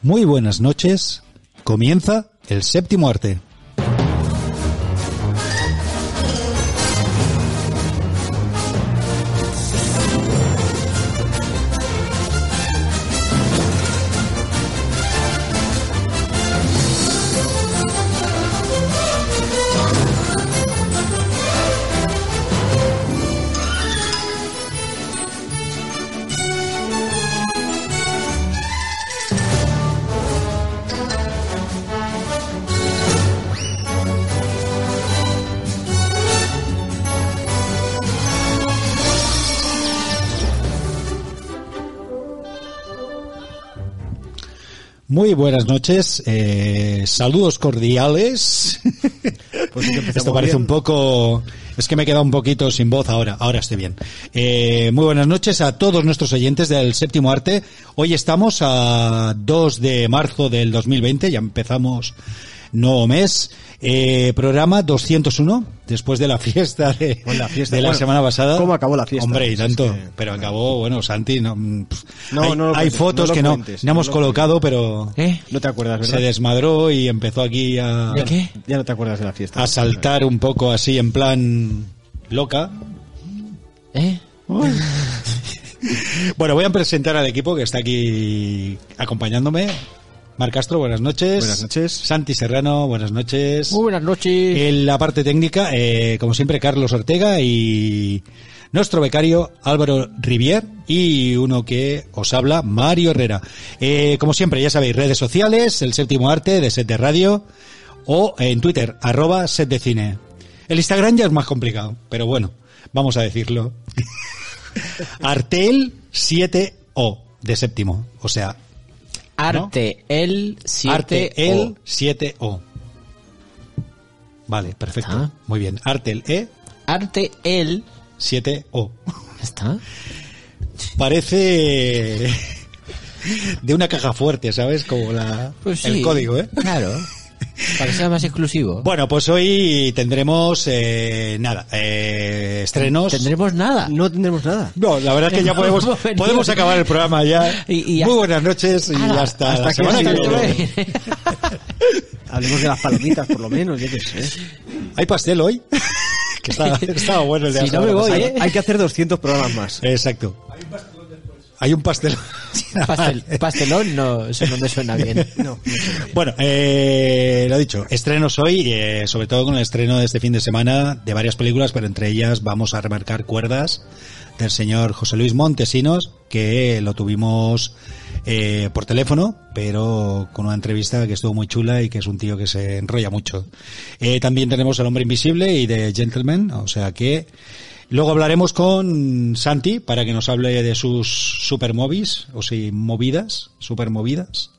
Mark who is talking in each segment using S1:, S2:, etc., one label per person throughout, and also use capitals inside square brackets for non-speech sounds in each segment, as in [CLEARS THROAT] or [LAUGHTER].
S1: Muy buenas noches. Comienza el séptimo arte. Muy buenas noches, eh, saludos cordiales. [LAUGHS]
S2: Pues sí que empezamos
S1: Esto parece
S2: bien.
S1: un poco... Es que me he quedado un poquito sin voz ahora, ahora estoy bien. Eh, muy buenas noches a todos nuestros oyentes del séptimo arte. Hoy estamos a 2 de marzo del 2020, ya empezamos nuevo mes. Eh, programa 201, después de la fiesta de,
S2: Bueno, Pues la fiesta,
S1: de la
S2: bueno,
S1: semana pasada.
S2: ¿cómo acabó la fiesta?
S1: Hombre, y
S2: Es
S1: tanto.
S2: que-
S1: pero acabó, bueno, Santi, no,
S2: No,
S1: hay,
S2: no lo
S1: hay
S2: cuentes,
S1: fotos
S2: no lo
S1: que no,
S2: cuentes,
S1: no
S2: no
S1: hemos
S2: lo
S1: colocado, pero...
S2: No te acuerdas,
S1: ¿eh? Se
S2: ¿verdad?
S1: desmadró y empezó aquí a,
S3: ¿De qué?
S2: Ya no te acuerdas de la fiesta.
S1: a saltar un poco así en plan loca.
S3: ¿Eh?
S1: Bueno, voy a presentar al equipo que está aquí acompañándome. Mar Castro, buenas noches.
S2: Buenas noches.
S1: Santi Serrano, buenas noches.
S3: Muy buenas noches.
S1: En la parte técnica, eh, como siempre, Carlos Ortega y nuestro becario Álvaro Rivier y uno que os habla, Mario Herrera. Eh, como siempre, ya sabéis, redes sociales, el séptimo arte de set de radio o en Twitter, arroba set de cine. El Instagram ya es más complicado, pero bueno, vamos a decirlo. [LAUGHS] Artel 7O de séptimo, o sea,
S3: Arte, el 7
S1: Arte E el 7O. Vale, perfecto.
S3: Ah.
S1: Muy bien. Artel E
S3: Arte, el.
S1: 7O.
S3: ¿Ya ¿Está?
S1: [LAUGHS] Parece de una caja fuerte, ¿sabes? Como la
S3: Pues sí.
S1: el código, ¿eh? [LAUGHS]
S3: Claro. Para que sea más exclusivo.
S1: Bueno, pues hoy tendremos eh, nada, eh, estrenos.
S3: Tendremos nada.
S2: No tendremos nada.
S1: No, la verdad es que ya
S3: No
S1: podemos
S3: [LAUGHS] hemos venido.
S1: podemos acabar el programa ya.
S3: Y- y ya- Ah,
S1: Muy buenas noches y
S3: Ala,
S1: hasta, la
S2: hasta que
S1: semana que
S2: sí,
S1: viene.
S2: Hablemos de las palomitas, por lo menos, yo qué sé.
S1: ¿Hay pastel hoy? [LAUGHS] que estaba, estaba bueno el de la
S3: [LAUGHS] Si no me
S1: semana
S3: voy,
S1: pasada.
S3: ¿eh?
S2: Hay que hacer 200 programas más.
S1: Exacto. Hay un pastel.
S3: [LAUGHS]
S1: [LAUGHS]
S3: Pastel- pastelón no, eso no me suena bien.
S2: No.
S1: bueno, eh, lo dicho, estrenos hoy, eh, sobre todo con el estreno de este fin de semana de varias películas, pero entre ellas vamos a remarcar Cuerdas del señor José Luis Montesinos, que lo tuvimos eh, por teléfono, pero con una entrevista que estuvo muy chula y que es un tío que se enrolla mucho. Eh, también tenemos El Hombre Invisible y de Gentleman, o sea que... Luego hablaremos con Santi para que nos hable de sus supermovies, o si movidas, supermovidas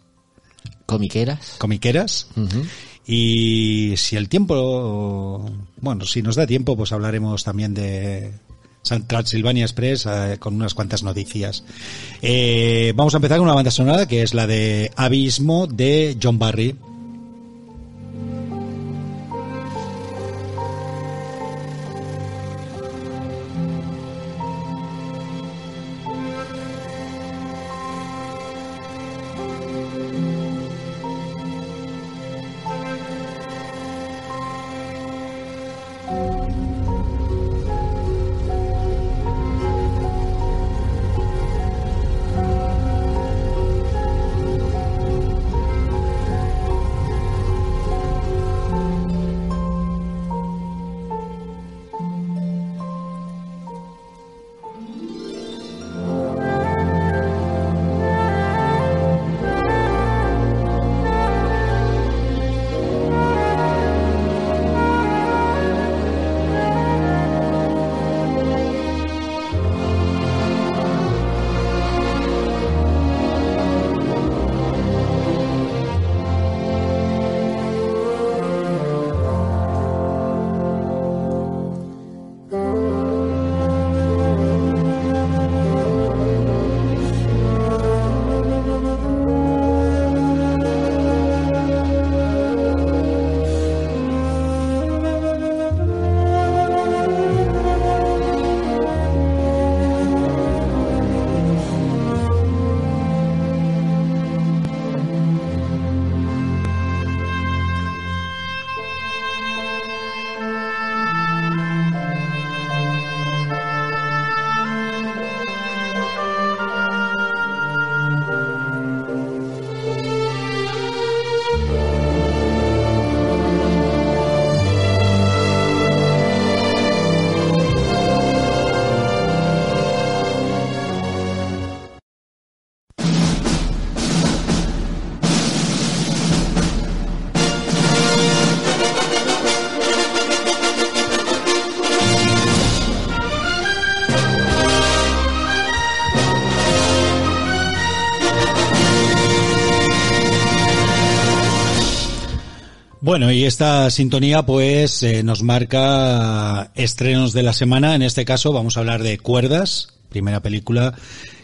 S3: Comiqueras.
S1: comiqueras.
S3: Ujú.
S1: Y si el tiempo, bueno, si nos da tiempo, pues hablaremos también de San- Transilvania Express eh, con unas cuantas noticias. Eh, vamos a empezar con una banda sonora que es la de Abismo de John Barry. Bueno, y esta sintonía pues eh, nos marca estrenos de la semana. En este caso vamos a hablar de Cuerdas, primera película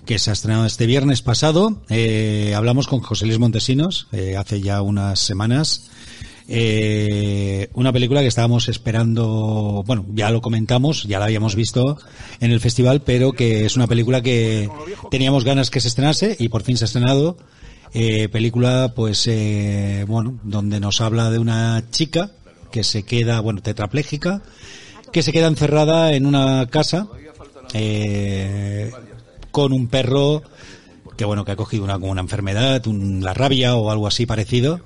S1: que se ha estrenado este viernes pasado. Eh, hablamos con José Luis Montesinos eh, hace ya unas semanas. Eh, una película que estábamos esperando, bueno, ya lo comentamos, ya la habíamos visto en el festival, pero que es una película que teníamos ganas que se estrenase y por fin se ha estrenado. Eh, película, pues, eh, bueno, donde nos habla de una chica que se queda, bueno, tetrapléjica, que se queda encerrada en una casa eh, con un perro que, bueno, que ha cogido una, como una enfermedad, un- la rabia o algo así parecido.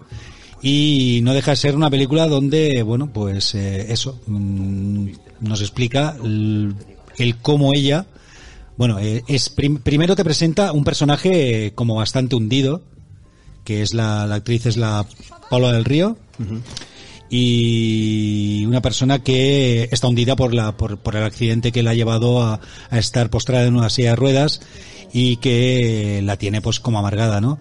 S1: Y no deja de ser una película donde, bueno, pues eh, eso mm, nos explica el, el cómo ella, bueno, eh, es prim- primero te presenta un personaje eh, como bastante hundido, que es la, la actriz es la Paula del Río y una persona que está hundida por la por, por el accidente que la ha llevado a, a estar postrada en una silla de ruedas y que la tiene pues como amargada, ¿no?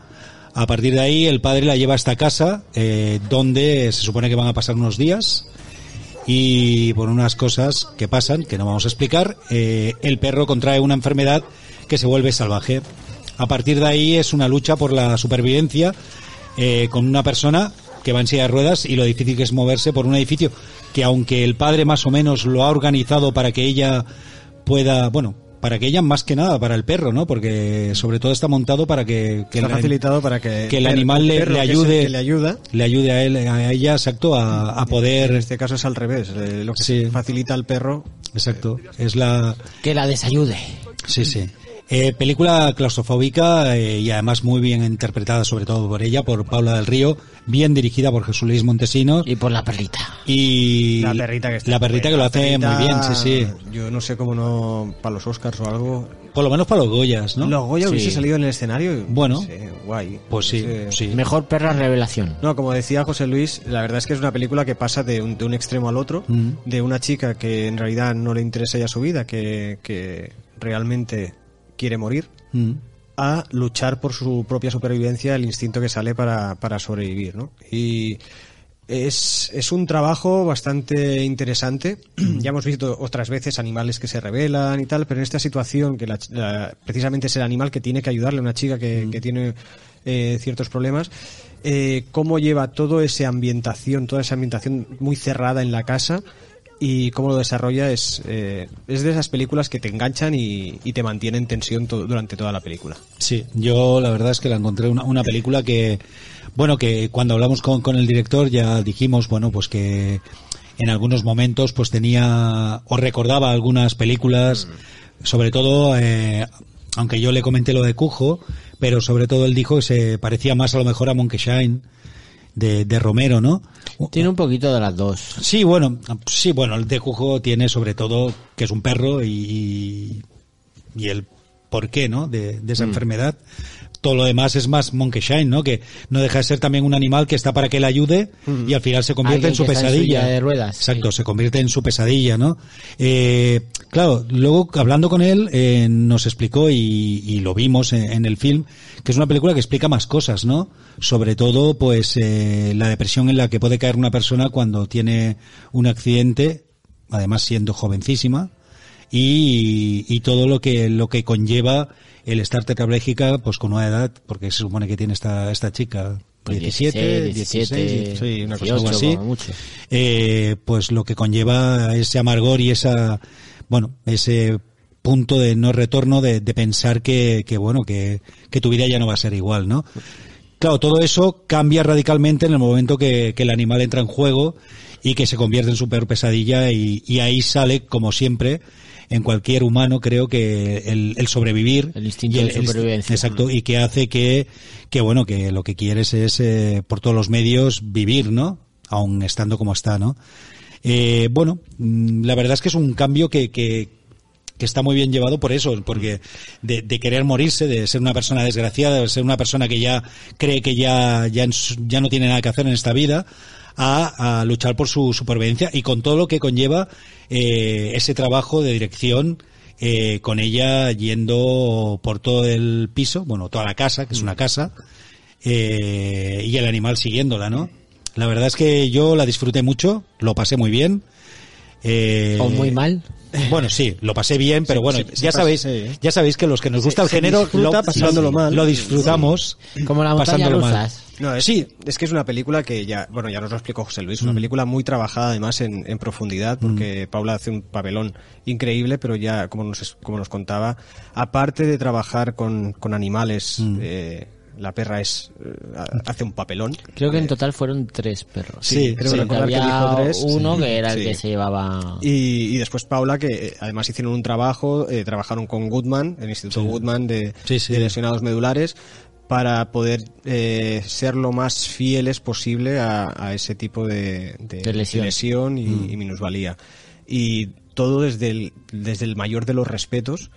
S1: A partir de ahí el padre la lleva a esta casa eh, donde se supone que van a pasar unos días y por unas cosas que pasan, que no vamos a explicar, eh, el perro contrae una enfermedad que se vuelve salvaje. A partir de ahí es una lucha por la supervivencia eh, con una persona que va en silla de ruedas y lo difícil que es moverse por un edificio que aunque el padre más o menos lo ha organizado para que ella pueda, bueno, para que ella más que nada, para el perro, ¿no? Porque sobre todo está montado para que... que
S2: Está
S1: la-
S2: facilitado para que,
S1: que el
S2: per-
S1: animal le-
S2: perro,
S1: le
S2: que es el
S1: ayude.
S2: que le ayuda.
S1: le ayude a, él, a ella, exacto, a, a poder...
S2: En este caso es al revés. eh, Lo que
S1: Sí.
S2: facilita al perro.
S1: Exacto, es la...
S3: Que la desayude.
S1: Sí, sí. Eh, película claustrofóbica eh, y además muy bien interpretada, sobre todo por ella, por Paula del Río, bien dirigida por Jesús Luis Montesinos
S3: Y por la perrita.
S1: y
S2: La perrita que está.
S1: la perrita que lo
S2: La
S1: hace
S2: perrita,
S1: muy bien, sí, sí.
S2: Yo no sé cómo no. Para los Oscars o algo.
S1: Por lo menos para los Goyas, ¿no?
S2: Los Goya
S3: Sí.
S2: hubiese salido en el escenario.
S1: Bueno.
S2: no sé, guay.
S1: Pues sí,
S2: Hubiese-
S1: sí.
S3: Mejor perra revelación.
S2: No, como decía José Luis, la verdad es que es una película que pasa de un, de un extremo al otro,
S1: Mm.
S2: de una chica que en realidad no le interesa ya su vida, que, que realmente quiere morir,
S1: Mm.
S2: a luchar por su propia supervivencia, el instinto que sale para, para sobrevivir, ¿no? Y es, es un trabajo bastante interesante. [CLEARS THROAT] ya hemos visto otras veces animales que se rebelan y tal, pero en esta situación, que la ch- la- precisamente es el animal que tiene que ayudarle a una chica que, que tiene eh, ciertos problemas, eh, cómo lleva todo ese ambientación, toda esa ambientación muy cerrada en la casa y cómo lo desarrolla es, eh, es de esas películas que te enganchan y, y te mantienen en tensión to- durante toda la película.
S1: Sí, yo la verdad es que la encontré una, una película que, bueno, que cuando hablamos con, con el director ya dijimos, bueno, pues que en algunos momentos pues tenía o recordaba algunas películas, sobre todo, eh, aunque yo le comenté lo de Cujo, pero sobre todo él dijo que se parecía más a lo mejor a Monkey Shine de, de Romero, ¿no?
S3: Tiene un poquito de las dos.
S1: Sí, bueno, sí, bueno, el de Cujo tiene sobre todo que es un perro y, y el porqué, ¿no? De, de esa
S3: Mm.
S1: enfermedad. Todo lo demás es más Monkey Shine, ¿no? Que no deja de ser también un animal que está para que le ayude y al final se convierte
S3: Mm. Alguien
S1: en su
S3: que está en
S1: pesadilla.
S3: silla de ruedas,
S1: Exacto, se convierte en su pesadilla, ¿no? Eh, claro, luego hablando con él eh, nos explicó y, y lo vimos en, en el film que es una película que explica más cosas, ¿no? Sobre todo, pues eh, la depresión en la que puede caer una persona cuando tiene un accidente, además siendo jovencísima y, y todo lo que lo que conlleva el estar tetrapléjica pues con una edad porque se supone que tiene esta esta chica
S3: Pues
S1: 17
S3: 17,
S1: 16 sí, una cosa
S3: 18
S1: así
S3: como mucho.
S1: eh, pues lo que conlleva ese amargor y esa bueno ese punto de no retorno de, de pensar que, que bueno que, que tu vida ya no va a ser igual no claro todo eso cambia radicalmente en el momento que, que el animal entra en juego y que se convierte en su peor pesadilla y, y ahí sale como siempre en cualquier humano creo que el, el sobrevivir
S3: El instinto
S1: y
S3: de supervivencia.
S1: exacto y que hace que que bueno que lo que quieres es eh, por todos los medios vivir no aun estando como está no Eh, bueno mm, la verdad es que es un cambio que, que que está muy bien llevado por eso, porque de, de querer morirse, de ser una persona desgraciada, de ser una persona que ya cree que ya, ya, en su- ya no tiene nada que hacer en esta vida, a, a luchar por su supervivencia y con todo lo que conlleva eh, ese trabajo de dirección. eh, con ella yendo por todo el piso, bueno, toda la casa, que es una casa, eh, y el animal siguiéndola, ¿no? La verdad es que yo la disfruté mucho, lo pasé muy bien. Eh,
S3: O muy mal.
S1: Bueno, sí, lo pasé bien, pero
S2: Sí,
S1: bueno,
S2: sí, sí
S1: ya
S2: pasa,
S1: sabéis,
S2: sí. ¿eh?
S1: ya sabéis que los que nos gusta el
S2: se
S1: género
S2: disfruta
S1: lo,
S2: pasándolo
S1: sí,
S2: mal.
S1: lo disfrutamos
S3: Como la montaña
S1: pasándolo mal.
S3: rusas.
S2: No, es- sí, es que es una película que ya, bueno, ya nos lo explicó José Luis,
S3: Mm.
S2: una película muy trabajada además en, en profundidad, porque Paula hace un papelón increíble, pero ya, como nos, como nos contaba, aparte de trabajar con, con animales,
S3: Mm.
S2: eh, la perra es eh, ha- hace un papelón.
S3: Creo que en total fueron tres perros.
S1: Sí,
S2: creo
S1: sí.
S2: recordar que
S3: había
S2: dijo tres.
S3: uno
S2: Sí.
S3: que era el
S2: Sí.
S3: que se llevaba...
S2: Y, y después Paula, que eh, además hicieron un trabajo, eh, trabajaron con Goodman, el Instituto Goodman de,
S1: Sí, sí.
S2: de lesionados medulares, para poder eh, ser lo más fieles posible a, a ese tipo de, de-
S3: De lesión.
S2: de y, y minusvalía. Y todo desde el, desde el mayor de los respetos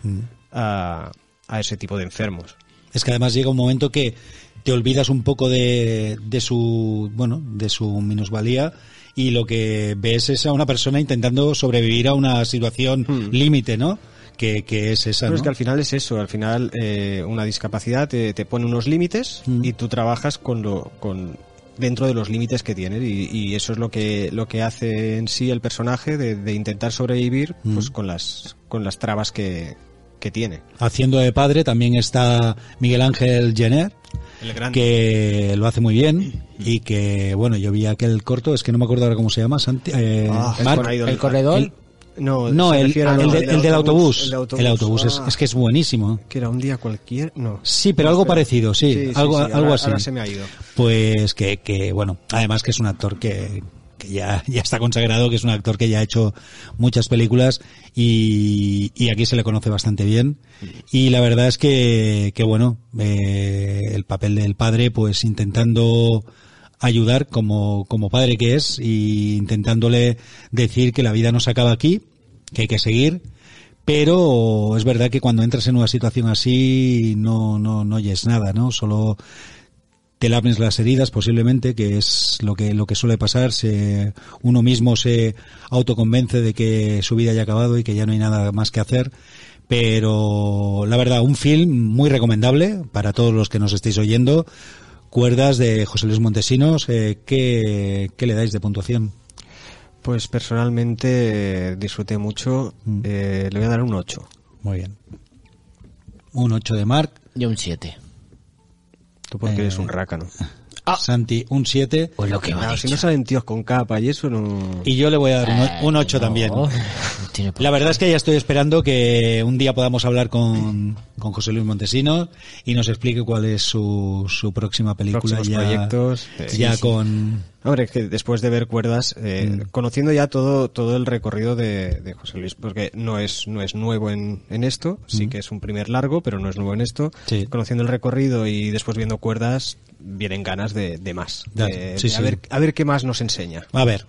S2: a, a ese tipo de enfermos.
S1: Es que además llega un momento que te olvidas un poco de, de su bueno, de su minusvalía y lo que ves es a una persona intentando sobrevivir a una situación límite, ¿no? Que, que es esa,
S2: Hmm. Pero es
S1: ¿no?
S2: que al final es eso, al final eh, una discapacidad te, te pone unos límites
S1: Mm.
S2: y tú trabajas con lo, con dentro de los límites que tienes y, y eso es lo que lo que hace en sí el personaje de, de intentar sobrevivir
S1: Mm.
S2: pues con las con las trabas que, que tiene.
S1: Haciendo de padre también está Miguel Ángel Jenner,
S2: El gran
S1: que lo hace muy bien y que, bueno, yo vi aquel corto, es que no me acuerdo ahora cómo se llama, Santi, eh,
S2: Ah,
S1: Marc.
S3: ¿El corredor?
S2: no,
S1: no,
S2: se
S1: el, ah,
S2: refiere a
S1: el
S2: lo-
S1: de- el del autobús.
S2: El
S1: El
S2: de
S1: autobús,
S2: autobús,
S1: es,
S2: Ah,
S1: es que es buenísimo.
S2: que era un día cualquier, no.
S1: Sí, pero algo
S2: Espera.
S1: parecido, sí, algo,
S2: sí,
S1: algo
S2: ahora-
S1: así.
S2: Ahora se me ha ido.
S1: Pues que, que, bueno, además que es un actor que, que ya, ya está consagrado, que es un actor que ya ha hecho muchas películas y, y aquí se le conoce bastante bien. Y la verdad es que, que bueno, eh, el papel del padre, pues intentando ayudar como, como padre que es y intentándole decir que la vida no se acaba aquí, que hay que seguir. Pero es verdad que cuando entras en una situación así no, no, no oyes nada, ¿no? Solo te lames las heridas posiblemente, que es lo que, lo que suele pasar, se, uno mismo se autoconvence de que su vida ya ha acabado y que ya no hay nada más que hacer. Pero la verdad, un film muy recomendable para todos los que nos estéis oyendo. Cuerdas de José Luis Montesinos, eh, ¿qué, qué le dais de puntuación?
S2: Pues personalmente eh, disfruté mucho.
S1: Mm.
S2: Eh, le voy a dar un 8.
S1: Muy bien. Un 8 de Marc,
S3: Y un siete.
S2: Tú porque eres un
S3: [LAUGHS]
S2: rácano.
S1: Ah. Santi un 7
S3: Pues lo que Eh, me ha
S2: Claro, si
S3: dicho.
S2: no salen tíos con capa y eso no...
S1: y yo le voy a
S3: Eh,
S1: dar un o- un 8
S3: no,
S1: también.
S3: no [LAUGHS] tiene por-
S1: La verdad es que ya estoy esperando que un día podamos hablar con, con José Luis Montesinos y nos explique cuál es su, su próxima película.
S2: Próximos
S1: ya,
S2: proyectos.
S1: ya
S2: Sí, sí.
S1: con...
S2: Hombre, es que después de ver cuerdas, eh,
S3: Mm.
S2: conociendo ya todo, todo el recorrido de, de José Luis, porque no es, no es nuevo en, en esto, sí
S3: Mm.
S2: que es un primer largo, pero no es nuevo en esto.
S1: Sí.
S2: Conociendo el recorrido y después viendo cuerdas, vienen ganas de, de más.
S1: Claro,
S2: De-
S1: sí,
S2: de A,
S1: sí.
S2: ver, a ver qué más nos enseña.
S1: A ver,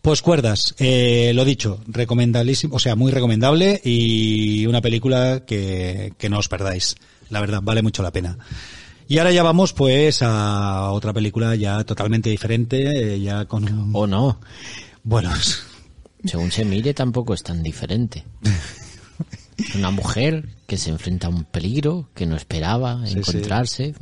S1: pues cuerdas, eh, lo dicho, recomendabilísimo, o sea, muy recomendable y una película que, que no os perdáis. La verdad, vale mucho la pena. Y ahora ya vamos pues a otra película ya totalmente diferente, eh, ya con... un-
S2: Oh.
S3: O no.
S1: Bueno, [LAUGHS]
S3: Según se mire, tampoco es tan diferente. Una mujer que se enfrenta a un peligro que no esperaba
S1: Sí, sí.
S3: encontrarse,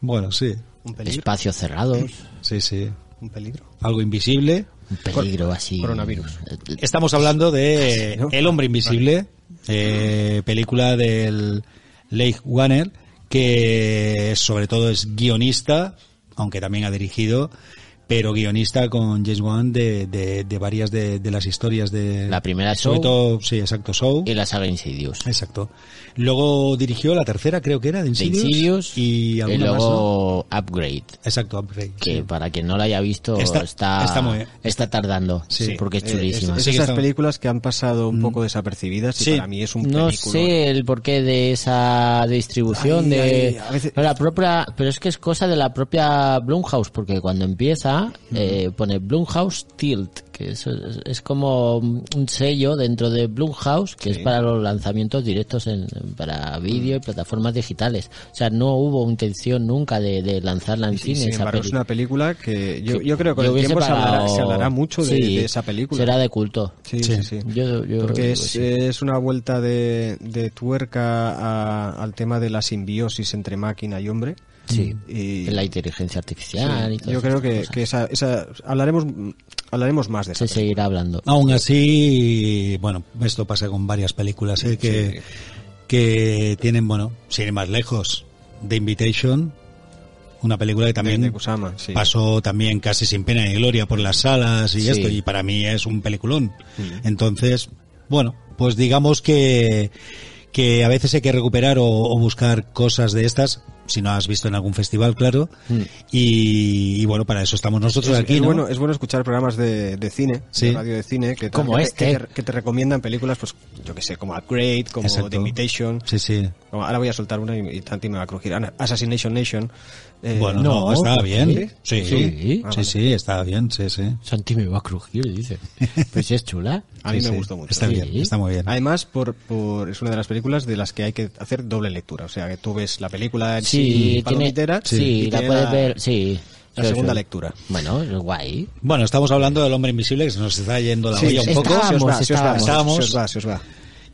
S1: bueno, sí,
S2: Un peligro.
S3: espacios cerrados,
S1: sí, sí.
S2: Un peligro.
S1: Algo invisible.
S3: un peligro así. Eh,
S2: coronavirus.
S1: Estamos hablando de
S2: Ah, Sí, ¿no? Mm.
S1: El hombre invisible, eh, película del Leigh Whannell, que sobre todo es guionista, aunque también ha dirigido, pero guionista con James Wan de, de- de varias de, de las historias de...
S3: La primera,
S1: sobre
S3: Show.
S1: todo, sí, exacto, Show.
S3: Y eh, la saga Insidious.
S1: Exacto. Luego dirigió la tercera, creo que era, de
S3: De
S1: Insidious.
S3: Insidious
S1: y alguna más, ¿no?
S3: luego Upgrade.
S1: Exacto, Upgrade,
S3: Que
S1: sí.
S3: para quien no la haya visto
S1: Está-
S3: está,
S1: está muy bien.
S3: está tardando.
S1: Sí.
S3: Porque es
S2: Eh,
S3: chulísima. Mm.
S2: es-
S1: Sí que
S2: esas
S1: está-
S2: películas que han pasado un poco desapercibidas y
S1: Sí.
S2: para mí es un
S3: no
S2: película.
S3: sé el porqué de esa distribución
S2: Ay,
S3: de
S2: ay, a veces-
S3: pero la propia pero es que es cosa de la propia Blumhouse porque cuando empieza eh, pone Blumhouse Tilt que es, es- es como un sello dentro de Blumhouse que es para los lanzamientos directos en, para vídeo y
S2: Mm.
S3: plataformas digitales o sea no hubo intención nunca de, de lanzarla en
S2: Y
S3: cine
S2: sin
S3: esa
S2: embargo, es
S3: peli.
S2: una película que yo,
S3: Que
S2: yo creo que con el
S3: hubiese
S2: tiempo se, hablará,
S3: pagado-
S2: se hablará mucho de,
S3: Sí,
S2: de esa película.
S3: será de culto
S2: Sí,
S1: Sí.
S2: sí, sí.
S3: Yo- yo
S2: Porque
S3: digo
S2: es,
S3: sí.
S2: es una vuelta de, de tuerca a- al tema de la simbiosis entre máquina y hombre.
S3: Sí.
S2: Y-
S3: La inteligencia artificial y todo
S2: Yo creo que, que esa, esa- hablaremos, hablaremos más de esa
S3: se seguirá hablando.
S1: Aún así, bueno, esto pasa con varias películas ¿eh? que, que tienen, bueno, sin ir más lejos, The Invitation, una película que
S2: de
S1: también
S2: Kusama, sí.
S1: pasó también casi sin pena ni gloria por las salas y
S3: Sí.
S1: esto, y para mí es un peliculón. Entonces, bueno, pues digamos que, que a veces hay que recuperar o, o buscar cosas de estas, si no has visto en algún festival, claro, y, y bueno, para eso estamos nosotros
S2: Mm. Es,
S1: aquí,
S2: es
S1: ¿no?
S2: bueno, es bueno escuchar programas de, de cine,
S1: Sí.
S2: de radio de cine, que, te-
S3: Como
S2: que te-
S3: este.
S2: que te, que te recomiendan películas, pues yo que sé, como Upgrade, como
S1: Exacto.
S2: The Invitation.
S1: Sí, sí.
S2: No, ahora voy a soltar una y, y Tanti me va a crujir. Ana- Assassination Nation. eh,
S1: Bueno, no, estaba bien. Sí,
S3: Sí.
S1: sí,
S3: Ah,
S1: sí, sí, estaba bien, sí, sí.
S3: Santi me va a crujir,
S2: [LAUGHS]
S3: dice. Pues es chula.
S2: A mí
S1: Sí,
S2: me
S1: sí,
S2: gustó mucho.
S1: Está
S3: Sí.
S1: bien, está muy bien.
S2: Además, por, por- es una de las películas de las que hay que hacer doble lectura. O sea, que tú ves la película en sí,
S3: Sí, tiene,
S2: palomitera
S3: sí,
S2: y
S3: la
S2: tiene
S3: puedes ver, sí.
S2: la
S3: Sí,
S2: segunda
S3: sí.
S2: lectura.
S3: Bueno, es guay.
S1: Bueno, estamos hablando del hombre invisible, que se nos está yendo la olla un
S3: está-
S1: poco.
S2: se os va,
S3: Estábamos,
S2: se os va,
S1: estábamos.
S2: se os va, se os va.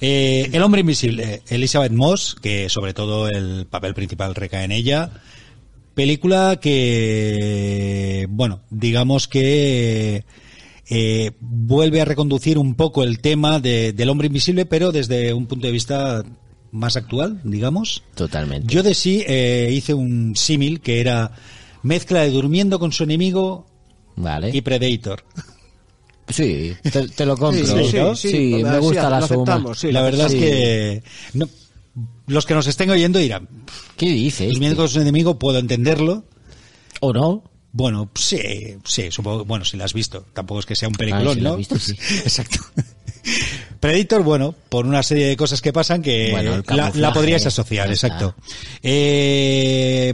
S1: Eh, el hombre invisible, Elizabeth Moss, que sobre todo el papel principal recae en ella. Película que, bueno, digamos que eh, vuelve a reconducir un poco el tema de- del hombre invisible, pero desde un punto de vista más actual, digamos.
S3: Totalmente.
S1: Yo de sí eh, hice un símil que era mezcla de durmiendo con su enemigo
S3: Vale.
S1: y Predator.
S3: Sí, te, te lo compro.
S1: Sí, sí,
S3: Sí,
S2: sí, sí,
S3: me gusta
S2: lo
S3: la suma.
S2: aceptamos, sí.
S1: la verdad
S3: sí.
S1: es que no- los que nos estén oyendo dirán,
S3: ¿Qué dices?
S1: durmiendo con su enemigo puedo entenderlo.
S3: ¿O no?
S1: Bueno, sí, sí, supongo, bueno, si la has visto, tampoco es que sea un peliculón,
S3: Ah, si la
S1: ¿no?
S3: he visto, sí.
S1: [LAUGHS] Exacto. Predator, bueno, por una serie de cosas que pasan que
S3: Bueno, el
S1: la- la,
S3: camuflaje,
S1: podrías asociar,
S3: ya está.
S1: exacto. Eh,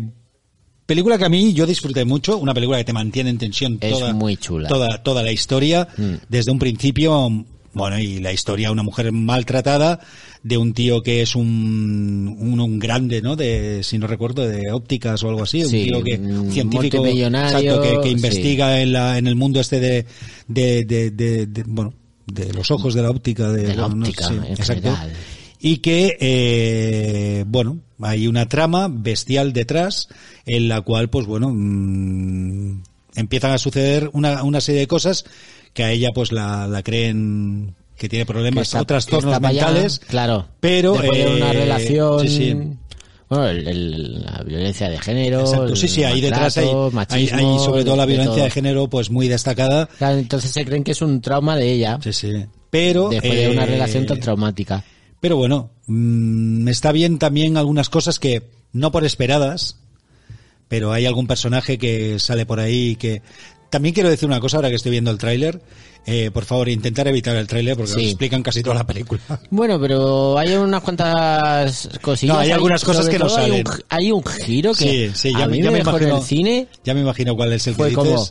S1: película que a mí yo disfruté mucho, una película que te mantiene en tensión
S3: Es
S1: toda,
S3: muy chula. Mm.
S1: toda, toda la historia, desde un principio, bueno, y la historia, una mujer maltratada de un tío que es un, un, un grande, ¿no? De, si no recuerdo, de ópticas o algo así, un
S3: Sí,
S1: tío que,
S3: un
S1: científico
S3: multimillonario,
S1: exacto, que, que
S3: sí.
S1: investiga en, la, en el mundo este de, de, de, de- de- bueno de los ojos de la óptica de,
S3: De la
S1: bueno, no
S3: óptica,
S1: sé,
S3: en general.
S1: y que eh, bueno hay una trama bestial detrás en la cual pues bueno mm, empiezan a suceder una, una serie de cosas que a ella pues la, la creen que tiene
S3: Que
S1: problemas
S3: está-
S1: o
S3: que
S1: trastornos
S3: está para allá,
S1: mentales
S3: claro.
S1: pero
S3: De poner
S1: eh,
S3: una relación.
S1: sí, sí.
S3: Bueno, el- el- la violencia de género.
S1: Exacto, sí,
S3: el
S1: sí, ahí detrás hay,
S3: maltrato,
S1: hay-
S3: machismo,
S1: hay sobre todo la violencia de,
S3: todo.
S1: género pues muy destacada.
S3: Claro, entonces se creen que es un trauma de ella.
S1: Sí, sí. Pero,
S3: después de una
S1: eh,
S3: relación tan traumática.
S1: Pero bueno, mm, está bien también algunas cosas que no por esperadas, pero hay algún personaje que sale por ahí que... También quiero decir una cosa ahora que estoy viendo el tráiler. Eh, por favor, intentar evitar el tráiler porque
S3: Sí.
S1: nos explican casi toda la película.
S3: Bueno, pero hay unas cuantas cosillas.
S1: No, hay algunas cosas
S3: sobre
S1: que no
S3: todo hay
S1: salen.
S3: un gi- Hay un, giro
S1: sí,
S3: que
S1: sí,
S3: a
S1: ya, me-
S3: mí
S1: ya
S3: me
S1: me
S3: dejó en
S1: imagino.
S3: el cine.
S1: Ya me imagino cuál es el que
S3: Fue
S1: dices.
S3: como,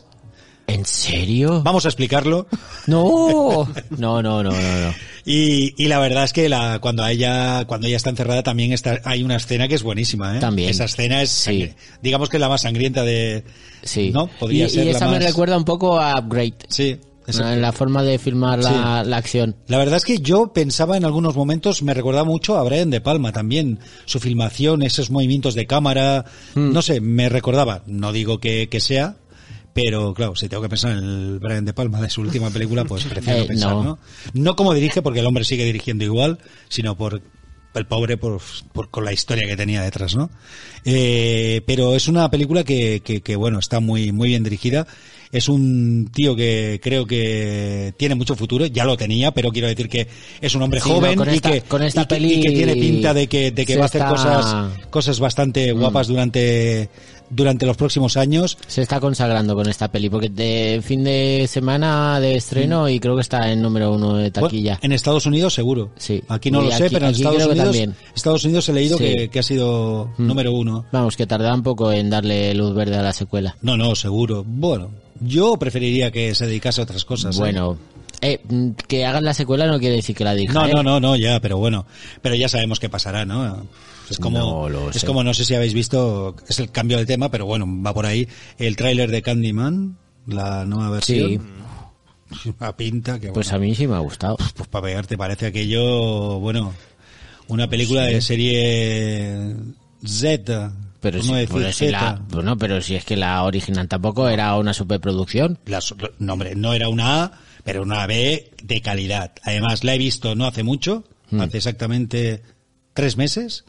S3: ¿en serio?
S1: Vamos a explicarlo. [LAUGHS]
S3: No, no, no, no, no, no.
S1: Y, y la verdad es que la, cuando a ella cuando ella está encerrada también está hay una escena que es buenísima, ¿eh?
S3: También.
S1: Esa escena es
S3: Sí.
S1: sangri- digamos que es la más sangrienta de
S3: Sí.
S1: ¿No? Podría
S3: y,
S1: ser
S3: y
S1: la
S3: esa me
S1: más-
S3: recuerda un poco a Upgrade.
S1: Sí, exacto.
S3: En la forma de filmar la, la acción.
S1: La verdad es que yo pensaba en algunos momentos, me recordaba mucho a Brian De Palma también. Su filmación, esos movimientos de cámara,
S3: Hmm.
S1: no sé, me recordaba. No digo que, que sea, pero claro, si tengo que pensar en el Brian De Palma de su última película, pues prefiero
S3: Eh,
S1: pensar,
S3: no.
S1: ¿no? No como dirige, porque el hombre sigue dirigiendo igual, sino por el pobre por, por- con la historia que tenía detrás, ¿no? Eh, pero es una película que, que, que, bueno, está muy, muy bien dirigida. Es un tío que creo que tiene mucho futuro, ya lo tenía, pero quiero decir que es un hombre
S3: Sí,
S1: joven
S3: no, con
S1: y,
S3: esta-
S1: que,
S3: con esta
S1: y que-
S3: peli
S1: y que tiene pinta de que, de que
S3: se
S1: va a hacer
S3: está- Mm.
S1: cosas, cosas bastante guapas durante, durante los próximos años.
S3: Se está consagrando con esta peli, porque de fin de semana de estreno y creo que está en número uno de
S1: Bueno,
S3: taquilla.
S1: en Estados Unidos seguro.
S3: Sí.
S1: Aquí no
S3: Y
S1: lo sé,
S3: aquí-
S1: pero en
S3: aquí
S1: Estados
S3: creo que
S1: Unidos,
S3: también.
S1: Estados Unidos he leído
S3: Sí. Mm.
S1: que, que ha sido número uno.
S3: Vamos, que tardará un poco en darle luz verde a la secuela.
S1: No, no, seguro. Bueno, yo preferiría que se dedicase a otras cosas. ¿eh?
S3: Bueno, eh, mm, que hagan la secuela no quiere decir que la ¿eh? digan.
S1: No, no, no, no, ya, pero bueno, pero ya sabemos qué pasará, ¿no? Es como,
S3: No lo
S1: es
S3: sé.
S1: como no sé si habéis visto, es el cambio de tema, pero bueno, va por ahí el tráiler de Candyman, la nueva
S3: Sí,
S1: versión, [LAUGHS] a pinta que
S3: pues
S1: bueno,
S3: a mí sí me ha gustado.
S1: pues para pegarte parece aquello, bueno, una película de serie Z,
S3: pero
S1: ¿Cómo
S3: si,
S1: decir
S3: pero si
S1: Z?
S3: la, bueno, pero si es que la original tampoco era una superproducción.
S1: Las- no, hombre, no era una A, pero una B de calidad. Además, la he visto no hace mucho,
S3: Hmm.
S1: hace exactamente tres meses,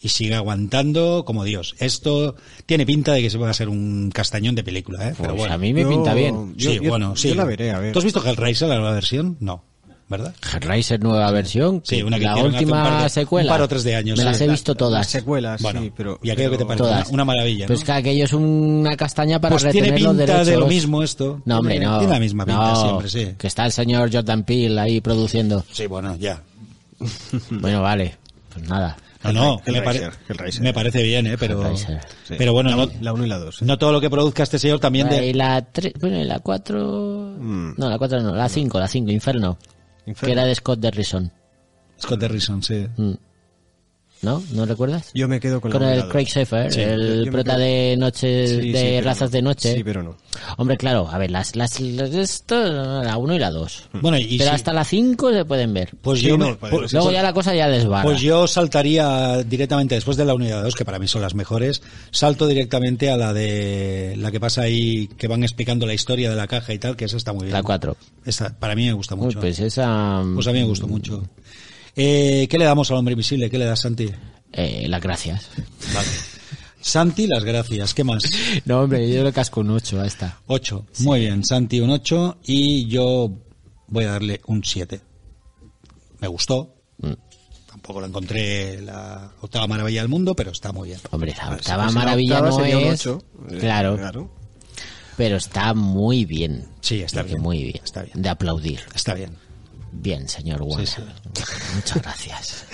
S1: y sigue aguantando como Dios. Esto tiene pinta de que se va a ser un castañón de película, ¿eh?
S3: Pues
S1: pero bueno.
S3: a mí me
S2: Yo-
S3: pinta bien.
S2: yo-
S1: sí,
S2: yo-
S1: bueno, sí.
S2: yo la veré, a ver.
S1: ¿Tú has visto Hellraiser, la nueva versión? No, ¿verdad?
S3: Hellraiser nueva versión.
S1: Sí, una que
S3: la
S1: hicieron hace
S3: última
S1: un par de-
S3: secuela.
S1: un par o tres de años,
S3: Me
S1: sí.
S3: las he
S1: La-
S3: visto
S2: Las
S3: todas.
S2: secuelas,
S1: bueno,
S2: sí, pero.
S1: y aquello que te
S2: pero-
S1: parece
S3: Todas.
S1: una, una maravilla.
S3: Pues
S1: ¿no?
S3: que aquello es una castaña para
S1: Pues tiene
S3: retener los
S1: pinta de
S3: derechos.
S1: lo mismo esto.
S3: No, hombre,
S1: Tiene-
S3: no.
S1: tiene la misma pinta
S3: No,
S1: siempre, sí.
S3: Que está el señor Jordan Peele
S1: [LAUGHS]
S3: ahí produciendo.
S1: Sí, bueno, ya.
S3: Bueno, vale. Pues nada.
S1: No, no, me,
S2: Hellraiser,
S1: pare-
S2: Hellraiser.
S1: me parece bien, ¿eh? Pero,
S3: Hellraiser.
S2: Sí.
S1: pero bueno,
S2: La
S1: no,
S2: un- La 1 y la 2.
S1: no todo lo que produzca este señor también de- Mm.
S3: Y la 3, bueno, y la 4... No, la 4 no, la 5, la 5, Inferno,
S2: Inferno.
S3: Que era de Scott Derrison.
S1: Scott Harrison, sí.
S3: Mm. ¿no? ¿No recuerdas?
S2: Yo me quedo con,
S3: Con
S2: la 1 y la
S3: el
S2: dos.
S3: Craig Schaefer,
S2: Sí, yo- yo
S3: el
S2: me
S3: prota
S2: quedo-
S3: de noche,
S2: Sí, sí,
S3: de
S2: pero no.
S3: razas de noche.
S2: Sí, pero no.
S3: Hombre, claro, a ver, las, las, las- esto, la 1 y la 2.
S1: Bueno, y
S3: pero
S1: si-
S3: hasta la 5 se pueden ver.
S1: Pues
S2: Sí,
S1: yo
S2: no,
S1: me-
S2: puede
S1: pues-
S2: ser.
S3: Luego
S1: pues-
S3: ya la cosa ya desbarra.
S1: pues yo saltaría directamente después de la unidad 2, que para mí son las mejores, salto directamente a la de la que pasa ahí, que van explicando la historia de la caja y tal, que esa está muy bien.
S3: La 4.
S1: Esa, para mí me gusta
S3: Uy,
S1: mucho.
S3: pues mm. esa...
S1: Pues a mí me gustó mucho. Eh, ¿Qué le damos al hombre invisible? ¿Qué le das, Santi?
S3: Eh, las gracias.
S1: Santi, las gracias. ¿Qué más?
S3: [LAUGHS] No, hombre, yo le casco un 8 a esta.
S1: 8. Muy bien, Santi un 8 y yo voy a darle un 7. Me gustó.
S3: Mm.
S1: Tampoco la encontré la octava maravilla del mundo, pero está muy bien.
S3: Hombre, la
S1: Pues
S2: Pues Si
S3: octava
S2: fuese la
S3: maravilla
S2: octava
S3: no
S2: sería un
S3: es...
S2: ocho. Eh,
S3: Claro,
S2: claro.
S3: pero está muy bien.
S1: Sí, está bien.
S3: Muy bien.
S1: Está bien.
S3: De aplaudir.
S1: Está bien.
S3: Bien, señor Warner. Muchas gracias.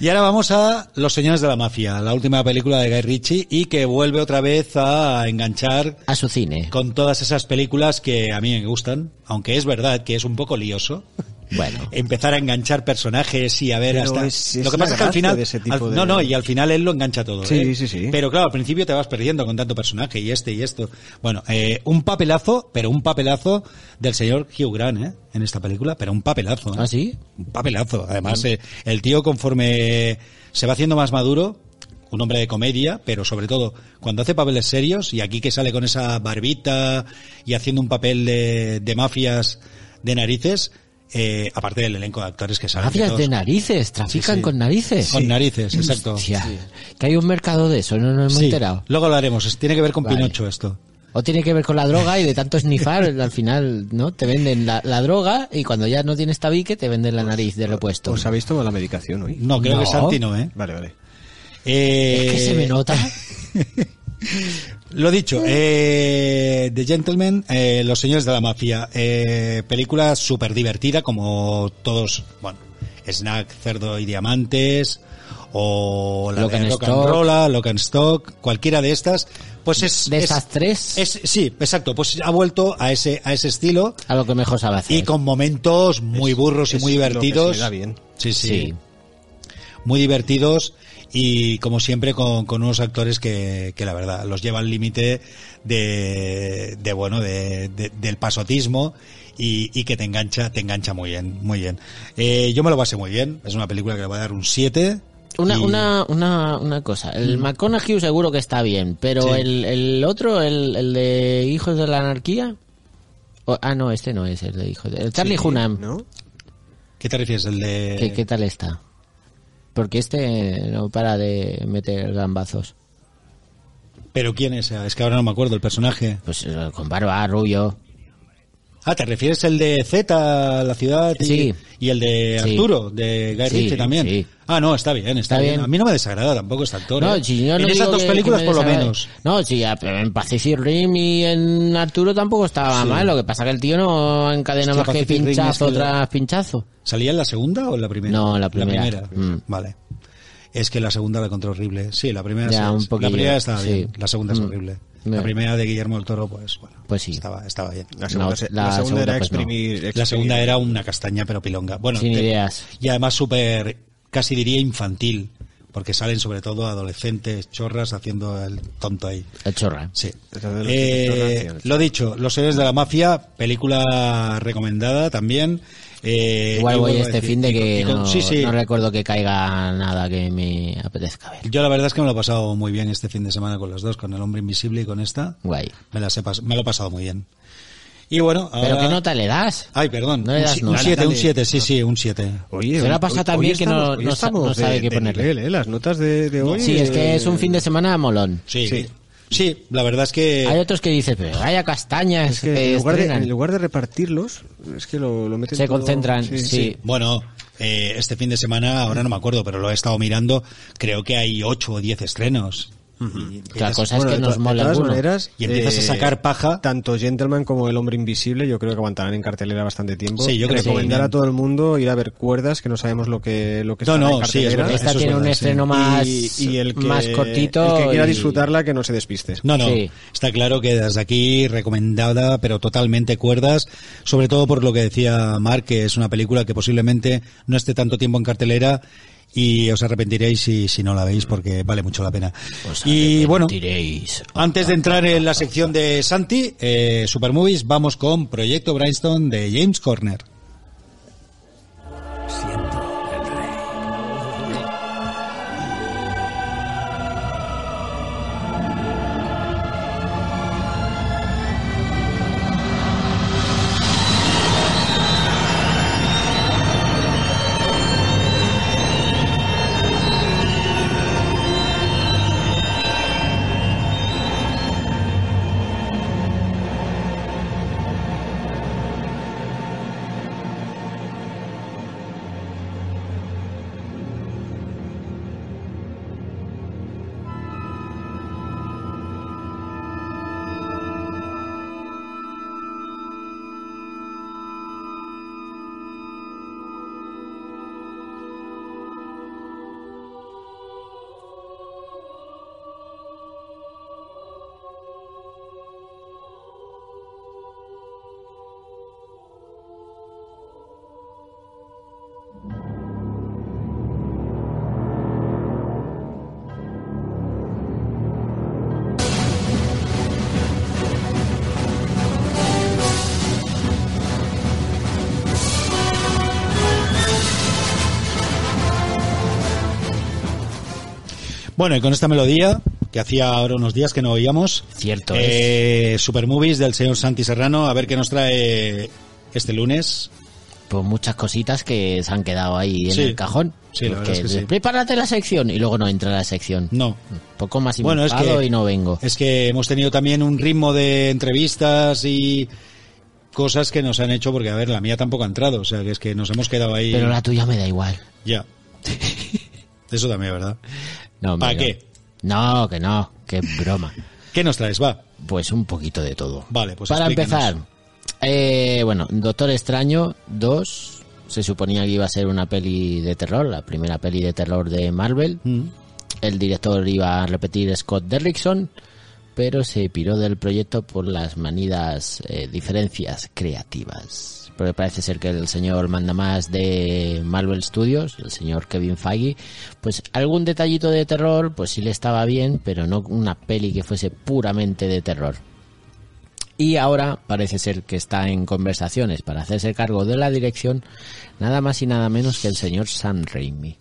S1: Y ahora vamos a Los Señores de la Mafia, la última película de Guy Ritchie y que vuelve otra vez a enganchar
S3: A su
S1: [LAUGHS]
S3: cine.
S1: con todas esas películas que a mí me gustan, aunque es verdad que es un poco lioso. [LAUGHS]
S3: Bueno,
S1: empezar a enganchar personajes y a ver
S2: Pero
S1: hasta
S2: es- es
S1: lo que
S2: la
S1: pasa es que al
S2: gracia
S1: final
S2: de ese tipo
S1: al-
S2: de-
S1: no no y al final él lo engancha todo
S2: Sí,
S1: ¿eh?
S2: sí, sí.
S1: pero claro al principio te vas perdiendo con tanto personaje y este y esto bueno eh, un papelazo pero un papelazo del señor Hugh Grant ¿eh? en esta película pero un papelazo ¿eh?
S3: ¿Ah, sí?
S1: un papelazo además eh, el tío conforme se va haciendo más maduro un hombre de comedia, pero sobre todo cuando hace papeles serios, y aquí que sale con esa barbita y haciendo un papel de, de mafias de narices, eh, aparte del elenco de actores que salen. que
S3: mafias
S1: todos-
S3: de narices, trafican
S1: sí.
S3: con narices.
S1: Con narices, exacto.
S3: Hostia, que hay un mercado de eso, no nos hemos
S1: Sí,
S3: enterado.
S1: Luego lo haremos, es- tiene que ver con
S3: Vale.
S1: Pinocho esto.
S3: O tiene que ver con la droga y de tanto snifar, [LAUGHS] al final, ¿no? Te venden la, la droga y cuando ya no tienes tabique te venden la nariz de repuesto.
S1: Pues,
S2: ¿Os habéis tomado la medicación hoy?
S1: No, creo
S3: No.
S1: que Santi no, ¿eh?
S2: Vale, vale.
S1: Eh,
S3: Es que se me nota.
S1: Lo dicho, eh, The Gentleman, eh, Los Señores de la Mafia, eh, película súper divertida como todos, bueno, Snack, Cerdo y Diamantes, o la
S3: Lock
S1: de
S3: and
S1: Lock and
S3: Stock.
S1: Rolla, Lock and Stock, cualquiera de estas, pues es...
S3: De
S1: es-
S3: estas tres,
S1: es- sí, exacto, pues ha vuelto a ese, a ese estilo
S3: a lo que mejor sabe hacer.
S1: y con momentos muy
S2: Es-
S1: burros y
S2: es
S1: muy
S2: lo que se le
S1: divertidos.
S2: da bien.
S1: Sí, sí,
S3: Sí.
S1: Muy divertidos y como siempre con, con unos actores que, que la verdad los lleva al límite de, de bueno de, de- del pasotismo y, y que te engancha te engancha muy bien muy bien Eh, yo me lo pasé muy bien es una película que le voy a dar un 7
S3: Una,
S1: y- Mm.
S3: una, una, una cosa. El McConaughey seguro que está bien, pero
S1: Sí.
S3: el, el otro, el, el de Hijos de la Anarquía. o- ah, no, este no es el de Hijos de. El Charlie Hunnam.
S2: ¿No?
S1: ¿qué te refieres? el de
S3: ¿Qué, qué tal está? Porque este no para de meter gambazos.
S1: pero quién es es que ahora no me acuerdo el personaje
S3: Pues eh, con barba, rubio.
S1: ah te refieres el de Z la ciudad y,
S3: Sí.
S1: y el de
S3: Sí.
S1: Arturo de Guy
S3: Sí,
S1: Ritchie también
S3: sí.
S1: ah no está bien está,
S3: Está
S1: bien.
S3: bien.
S1: a mí no me desagrada tampoco este actor
S3: No,
S1: ¿eh?
S3: si yo
S1: en
S3: no
S1: esas
S3: digo
S1: dos
S3: que-
S1: películas
S3: que me
S1: por lo
S3: desagrade.
S1: menos
S3: No, sí, ya, pero en Pacific Rim y en Arturo tampoco estaba mal. Lo que pasa que el tío no encadena
S1: Hostia,
S3: más que
S1: Pacific Rim es
S3: pinchazo
S1: que la-
S3: tras pinchazo.
S1: ¿Salía en la segunda o en la primera?
S3: No, la primera. Mm.
S1: Vale. Es que la segunda la encontré horrible. Sí, la primera,
S3: Ya,
S1: sí,
S3: un
S1: sí.
S3: poquillo,
S1: la primera estaba
S3: sí.
S1: bien. La segunda es horrible. La
S3: Ya.
S1: primera de Guillermo del Toro, pues bueno.
S3: Pues sí.
S1: Estaba, estaba bien.
S2: La segunda,
S3: No,
S2: se-
S3: la
S2: la segunda
S3: segunda,
S2: era
S3: pues, no.
S2: exprimir, exprimir.
S1: La segunda era una castaña, pero pilonga. Bueno,
S3: Sin
S1: te-
S3: ideas.
S1: Y además súper, casi diría infantil, porque salen sobre todo adolescentes, chorras, haciendo el tonto ahí.
S3: El chorra.
S1: Sí.
S2: Entonces, los
S1: Eh,
S2: chorras, sí, los
S1: lo dicho, Los Héroes de la Mafia, película recomendada también. Eh,
S3: Igual
S1: y
S3: voy
S1: vuelvo a
S3: este
S1: decir,
S3: fin de
S1: y con-
S3: que
S1: y con-
S3: no,
S1: sí, sí.
S3: no recuerdo que caiga nada que me apetezca ver.
S1: Yo la verdad es que me lo he pasado muy bien este fin de semana con las dos, con El Hombre Invisible y con esta.
S3: Guay.
S1: Me, las he pas- me lo he pasado muy bien. Y bueno, ahora... Ah,
S3: ¿Pero qué nota le das?
S1: Ay, perdón.
S3: No le
S1: un
S3: das
S1: si-
S3: nota.
S1: un 7, un
S2: Dale.
S1: 7, sí, sí, un 7.
S2: Oye,
S3: Se le ha
S2: hoy-
S3: pasado
S2: hoy-
S3: también
S2: hoy
S3: que no-
S2: estamos- hoy
S3: no sa-
S2: estamos
S3: no sabe
S2: de-
S3: qué
S2: de
S3: ponerle.
S2: nivel, ¿eh? Las notas de, de hoy.
S3: Sí, es que
S2: eh,
S3: es un fin de semana molón.
S1: Sí. sí. la verdad es que...
S3: Hay otros que dicen, pero vaya castañas
S2: es que
S3: que
S2: en, lugar de,
S3: estrenan".
S2: en lugar de repartirlos, es que lo, lo meten
S3: se
S2: todo-
S3: concentran, sí.
S1: Bueno, eh, este fin de semana, ahora no me acuerdo, pero lo he estado mirando, creo que hay 8 o 10 estrenos. Y
S3: La
S1: empiezas-
S3: cosa es
S2: Bueno,
S3: que
S2: de to-
S3: nos
S2: de
S3: mola
S2: todas
S3: alguno.
S2: maneras, eh,
S1: Y empiezas a sacar paja.
S2: Tanto Gentleman como El Hombre Invisible, yo creo que aguantarán en cartelera bastante tiempo.
S1: Sí, yo creo que
S2: Recomendar
S1: sí.
S2: a todo el mundo ir a ver cuerdas, que no sabemos lo que, lo que
S1: No,
S2: estará
S1: no,
S2: en
S1: sí, es
S2: cartelera.
S1: verdad,
S3: Esta
S1: eso es
S3: tiene un
S1: verdad, sí.
S3: estreno más,
S2: y, y el que,
S3: más cortito.
S2: el que quiera
S3: y-
S2: disfrutarla, que no se despiste.
S1: No, no,
S3: Sí.
S1: está claro que desde aquí recomendada, pero totalmente cuerdas, sobre todo por lo que decía Mark, que es una película que posiblemente no esté tanto tiempo en cartelera y os arrepentiréis si, si no la veis porque vale mucho la pena. y bueno,
S3: Diréis,
S1: antes de entrar en la sección de Santi, eh, Supermovies, vamos con Proyecto Bryanston de James Corner. Bueno, y con esta melodía que hacía ahora unos días que no oíamos.
S3: Cierto
S1: Eh, Supermovies del señor Santi Serrano, a ver qué nos trae este lunes.
S3: Pues muchas cositas que se han quedado ahí en
S1: Sí.
S3: el cajón. Pues
S1: Sí, la verdad es que sí.
S3: Prepárate la sección y luego no entra la sección.
S1: No.
S3: Poco más
S1: Bueno, es que,
S3: y no vengo.
S1: es que hemos tenido también un ritmo de entrevistas y cosas que nos han hecho, porque a ver, la mía tampoco ha entrado, o sea, que es que nos hemos quedado ahí.
S3: Pero la tuya me da igual. [LAUGHS]
S1: Ya. Eso también, ¿verdad?
S3: No, hombre,
S1: ¿Para
S3: no.
S1: qué?
S3: No, que no, que broma.
S1: ¿Qué nos traes? Va.
S3: Pues un poquito de todo.
S1: Vale, pues
S3: Para
S1: explícanos.
S3: empezar, eh, bueno, Doctor Extraño 2 se suponía que iba a ser una peli de terror, la primera peli de terror de Marvel.
S1: Mm.
S3: El director iba a repetir Scott Derrickson, pero se piró del proyecto por las manidas eh, diferencias creativas. Porque parece ser que el señor mandamás de Marvel Studios, el señor Kevin Feige, pues algún detallito de terror, pues sí le estaba bien, pero no una peli que fuese puramente de terror. Y ahora parece ser que está en conversaciones para hacerse cargo de la dirección nada más y nada menos que el señor Sam Raimi.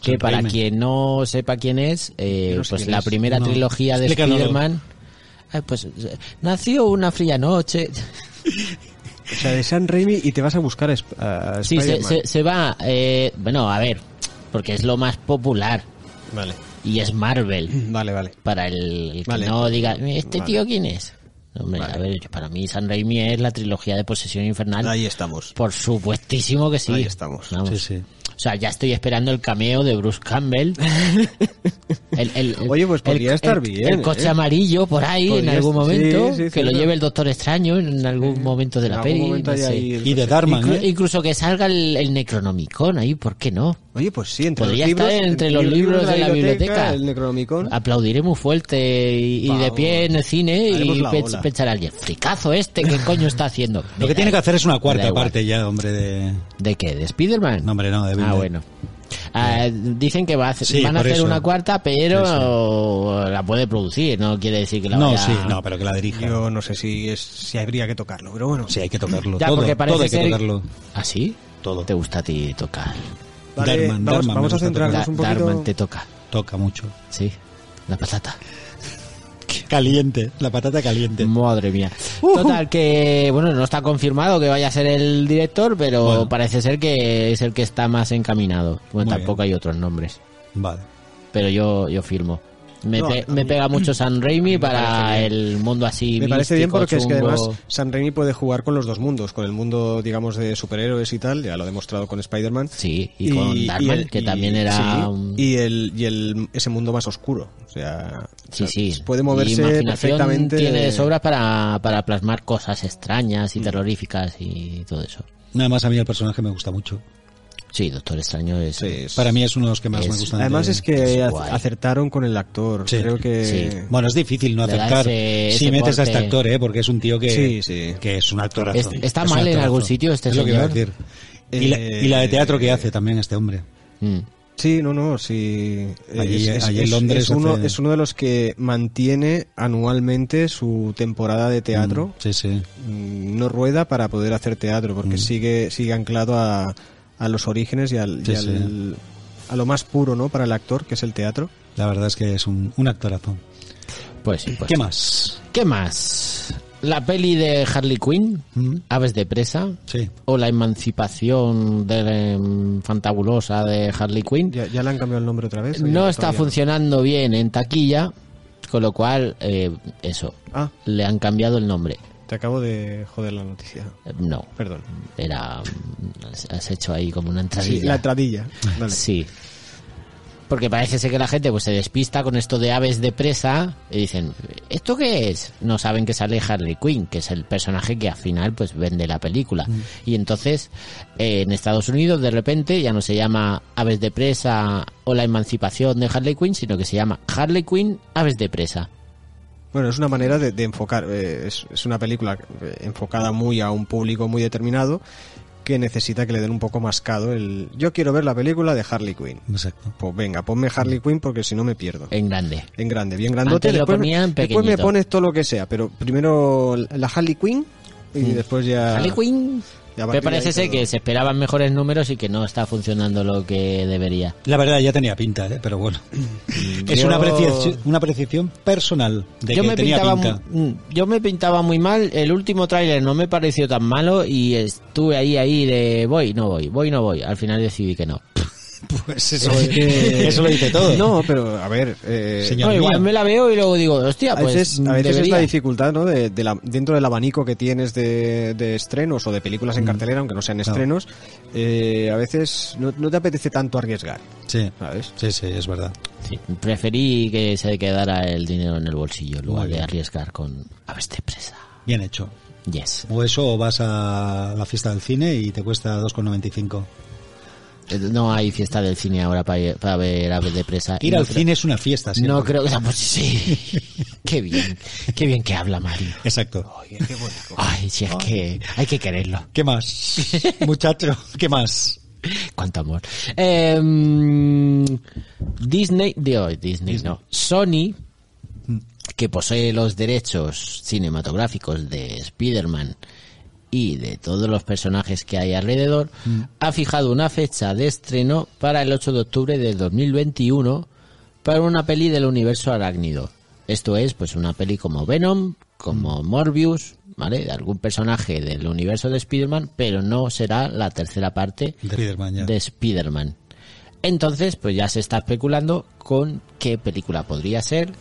S3: Que para
S1: Raimi.
S3: quien no sepa quién es, eh,
S2: Mm, Yo no sé
S3: pues
S2: quién
S3: la
S2: es.
S3: primera
S1: No.
S3: trilogía de
S1: Explícanoslo.
S3: Spider-Man. Ay, pues eh, nació una fría noche.
S2: O sea, de San Raimi y te vas a buscar a, Sp- a
S3: Sí, se,
S2: Spider-Man.
S3: se- se va. eh, bueno, a ver, porque es lo más popular
S2: Vale,
S3: y es Marvel.
S2: vale, vale.
S3: Para el, el que
S2: Vale.
S3: no diga, ¿este
S2: Vale.
S3: tío quién es? Hombre, a ver, yo- para mí San Raimi es la trilogía de Posesión Infernal.
S2: Ahí estamos.
S3: Por supuestísimo que sí.
S2: Ahí estamos.
S3: Vamos.
S1: Sí, sí.
S3: O sea, ya estoy esperando el cameo de Bruce
S2: [LAUGHS]
S3: Campbell. El- el- el-
S2: Oye, pues podría estar
S3: el-
S2: bien,
S3: El coche
S2: ¿eh?
S3: amarillo por ahí en
S2: Podría
S3: algún
S2: estar- sí, sí,
S3: momento. que lo
S2: cierto.
S3: lleve el Doctor Extraño en algún momento de
S2: En
S3: la
S2: algún
S3: peli.
S2: momento
S3: no
S2: hay
S3: sé.
S2: ahí el-
S1: Y de Darman,
S3: Inclu-
S1: ¿eh?
S3: Incluso que salga el, el Necronomicon ahí, ¿por qué no?
S2: Oye, pues sí, entre
S3: Podría
S2: los libros,
S3: estar entre los libros de la biblioteca. Ah.
S2: el Necronomicon.
S3: Aplaudiré muy fuerte y, y de
S2: Vamos.
S3: pie en el cine
S2: Haremos
S3: y
S2: la
S3: pe-
S2: ola.
S3: pensar alguien, fricazo este, ¿qué coño está
S2: [LAUGHS]
S3: haciendo?
S1: Lo que tiene que hacer es una cuarta
S3: igual.
S1: parte ya, hombre, de...
S3: ¿De qué? ¿De Spider-Man?
S1: No, hombre, no, de
S3: Ah,
S1: Bill.
S3: bueno. Ah, dicen que va a hacer-
S1: Sí,
S3: van a
S1: por
S3: hacer
S1: eso.
S3: una cuarta, pero la puede producir, no quiere decir que la
S1: No,
S3: vaya-
S1: sí, no, pero que la dirija.
S2: Yo no sé si, es, si habría que tocarlo, pero bueno.
S1: Sí, hay que tocarlo.
S3: Ya,
S1: todo,
S3: porque parece
S1: todo hay que
S3: ser-
S1: tocarlo.
S3: ¿Ah, sí?
S1: Todo.
S3: Te gusta a ti tocar.
S2: Vale,
S1: Darman, Darman,
S2: vamos, vamos
S1: me
S2: a
S1: gusta
S2: centrarnos
S3: Da-
S2: un poquito.
S3: Darman te toca,
S1: Toca mucho.
S3: sí. La patata.
S1: Caliente, la patata caliente.
S3: Madre mía. Total, que bueno, no está confirmado que vaya a ser el director, pero
S1: Bueno.
S3: parece ser que es el que está más encaminado. Bueno,
S1: Muy
S3: tampoco hay otros nombres.
S1: Vale.
S3: pero yo, yo firmo. Me,
S2: No,
S3: pe-
S2: a
S3: me
S2: mí-
S3: pega mucho San Raimi para
S2: parece
S3: el mundo así.
S2: Me parece bien
S3: místico,
S2: porque es que
S3: chungo.
S2: además San Raimi puede jugar con los dos mundos, con el mundo, digamos, de superhéroes y tal, ya lo ha demostrado con Spider-Man.
S3: Sí, y con Darman,
S2: el-
S3: que
S2: y-
S3: también era.
S2: sí,
S3: un-
S2: y el, y el ese mundo más oscuro. O sea,
S3: sí,
S2: o sea,
S3: sí.
S2: pues puede
S3: Y
S2: moverse
S3: imaginación
S2: perfectamente.
S3: Tiene de sobras para, para plasmar cosas extrañas
S2: Mm.
S3: y terroríficas y todo eso.
S1: Nada más a mí el personaje me gusta mucho.
S3: Sí, Doctor Extraño es.
S2: Sí, es-
S1: Para mí es uno de los que más
S3: Es-
S1: me gustan.
S2: Además
S1: de-
S2: es que
S3: es
S2: ac-
S3: guay.
S2: acertaron con el actor.
S1: Sí.
S2: Creo que
S3: Sí.
S1: Bueno, es difícil no
S3: Le da
S1: acertar
S3: ese-
S1: si
S3: ese
S1: metes a este
S3: porte.
S1: actor, ¿eh? Porque es un tío que,
S2: Sí, sí.
S1: que es un actorazo.
S3: Es- está
S1: Es un
S3: mal en
S1: actorazo.
S3: algún sitio este
S1: Es lo que iba a
S3: señor. Eh,
S1: decir. Y la, y la de teatro que hace también este hombre.
S3: Mm.
S2: Sí, no, no, sí.
S1: Allí- allí en Londres
S2: es uno,
S1: hace-
S2: es uno de los que mantiene anualmente su temporada de teatro.
S1: Sí, sí.
S2: Mm, No rueda para poder hacer teatro, porque sigue, sigue anclado a, a los orígenes y, al,
S1: Sí,
S2: y al- a lo más puro, ¿no? Para el actor, que es el teatro.
S1: La verdad es que es un, un actorazo.
S3: Pues sí, pues
S1: ¿Qué
S3: sí.
S1: más?
S3: ¿Qué más? La peli de Harley Quinn,
S1: Mm.
S3: Aves de Presa,
S1: Sí.
S3: o la emancipación de, em, fantabulosa de Harley Quinn.
S2: ¿Ya, ya le han cambiado el nombre otra vez? ¿O
S3: no
S2: ya
S3: está
S2: todavía
S3: funcionando bien en taquilla, con lo cual, eh, eso,
S2: Ah,
S3: le han cambiado el nombre.
S2: te acabo de joder la noticia.
S3: Eh, No,
S2: Perdón.
S3: era. mm, has- Has hecho ahí como una
S2: Sí, la
S3: entradilla.
S2: tradilla. Vale.
S3: Sí. Porque parece ser que la gente pues se despista con esto de aves de presa y dicen, ¿esto qué es? No saben que sale Harley Quinn, que es el personaje que al final pues vende la película.
S2: Mm.
S3: Y entonces eh, en Estados Unidos de repente ya no se llama aves de presa o la emancipación de Harley Quinn, sino que se llama Harley Quinn aves de presa.
S2: Bueno, es una manera de, de enfocar, eh, es, es una película eh, enfocada muy a un público muy determinado que necesita que le den un poco mascado el... Yo quiero ver la película de Harley Quinn.
S1: Exacto.
S2: Pues venga, ponme Harley Quinn porque si no me pierdo.
S3: En grande.
S2: En grande, bien grandote.
S3: Eh, Antes lo
S2: después, me-
S3: ponían
S2: después me
S3: pequeñito.
S2: pones todo lo que sea, pero primero la Harley Quinn y después ya...
S3: Harley
S2: [LAUGHS]
S3: Quinn.
S2: Ya va
S3: Me
S2: Ah. a tirar
S3: parece
S2: ahí
S3: ser
S2: todo.
S3: que se esperaban mejores números y que no está funcionando lo que debería.
S1: La verdad ya tenía pinta, ¿eh? pero bueno. Es
S3: Mm, Yo-
S1: una apreciación, una apreciación personal de
S3: yo
S1: que
S3: me
S1: tenía
S3: pintaba
S1: pinta.
S3: mu- mm, yo me pintaba muy mal el último tráiler no me pareció tan malo y estuve ahí ahí de voy no voy voy no voy al final decidí que no
S1: Pues eso, eso lo dice todo.
S2: No, pero a ver... eh,
S1: Señor
S3: No, igual
S1: mío.
S3: me la veo y luego digo hostia
S2: A
S3: pues
S2: veces, a veces es
S3: debería.
S2: la dificultad, ¿no? De, de la- dentro del abanico que tienes de, de estrenos o de películas
S3: Mm.
S2: en cartelera, aunque no sean estrenos, eh, a veces no, no te apetece tanto arriesgar,
S1: Sí.
S3: Ah,
S2: ¿sabes?
S1: sí, sí, es verdad.
S3: Sí, preferí que se quedara el dinero en el bolsillo en lugar
S1: Muy
S3: de
S1: bien.
S3: arriesgar con aves de presa
S1: Bien hecho.
S3: yes
S1: O eso o vas a la fiesta del cine y te cuesta 2,95.
S3: Eh, no hay fiesta del cine ahora para, ir- para ver aves de presa Y
S1: Ir
S3: no
S1: al
S3: creo-
S1: cine es una fiesta, sí.
S3: no creo que sea pues, [LAUGHS] sí qué bien qué bien que habla Mario
S1: Exacto.
S3: ay si es que hay que quererlo
S1: ¿Qué
S3: [LAUGHS]
S1: más? Muchacho, ¿qué más?
S3: Cuánto amor. Em, Disney, digo, Disney, no. Sony, que posee los derechos cinematográficos de Spider-Man y de todos los personajes que hay alrededor, ha fijado una fecha de estreno para el 8 de octubre de 2021 para una peli del universo arácnido. Esto es, pues, una peli como Venom, como Morbius, ¿vale? De algún personaje del universo de Spider-Man, pero no será la tercera parte
S1: De Spiderman, ya.
S3: de Spider-Man. Entonces, pues ya se está especulando con qué película podría ser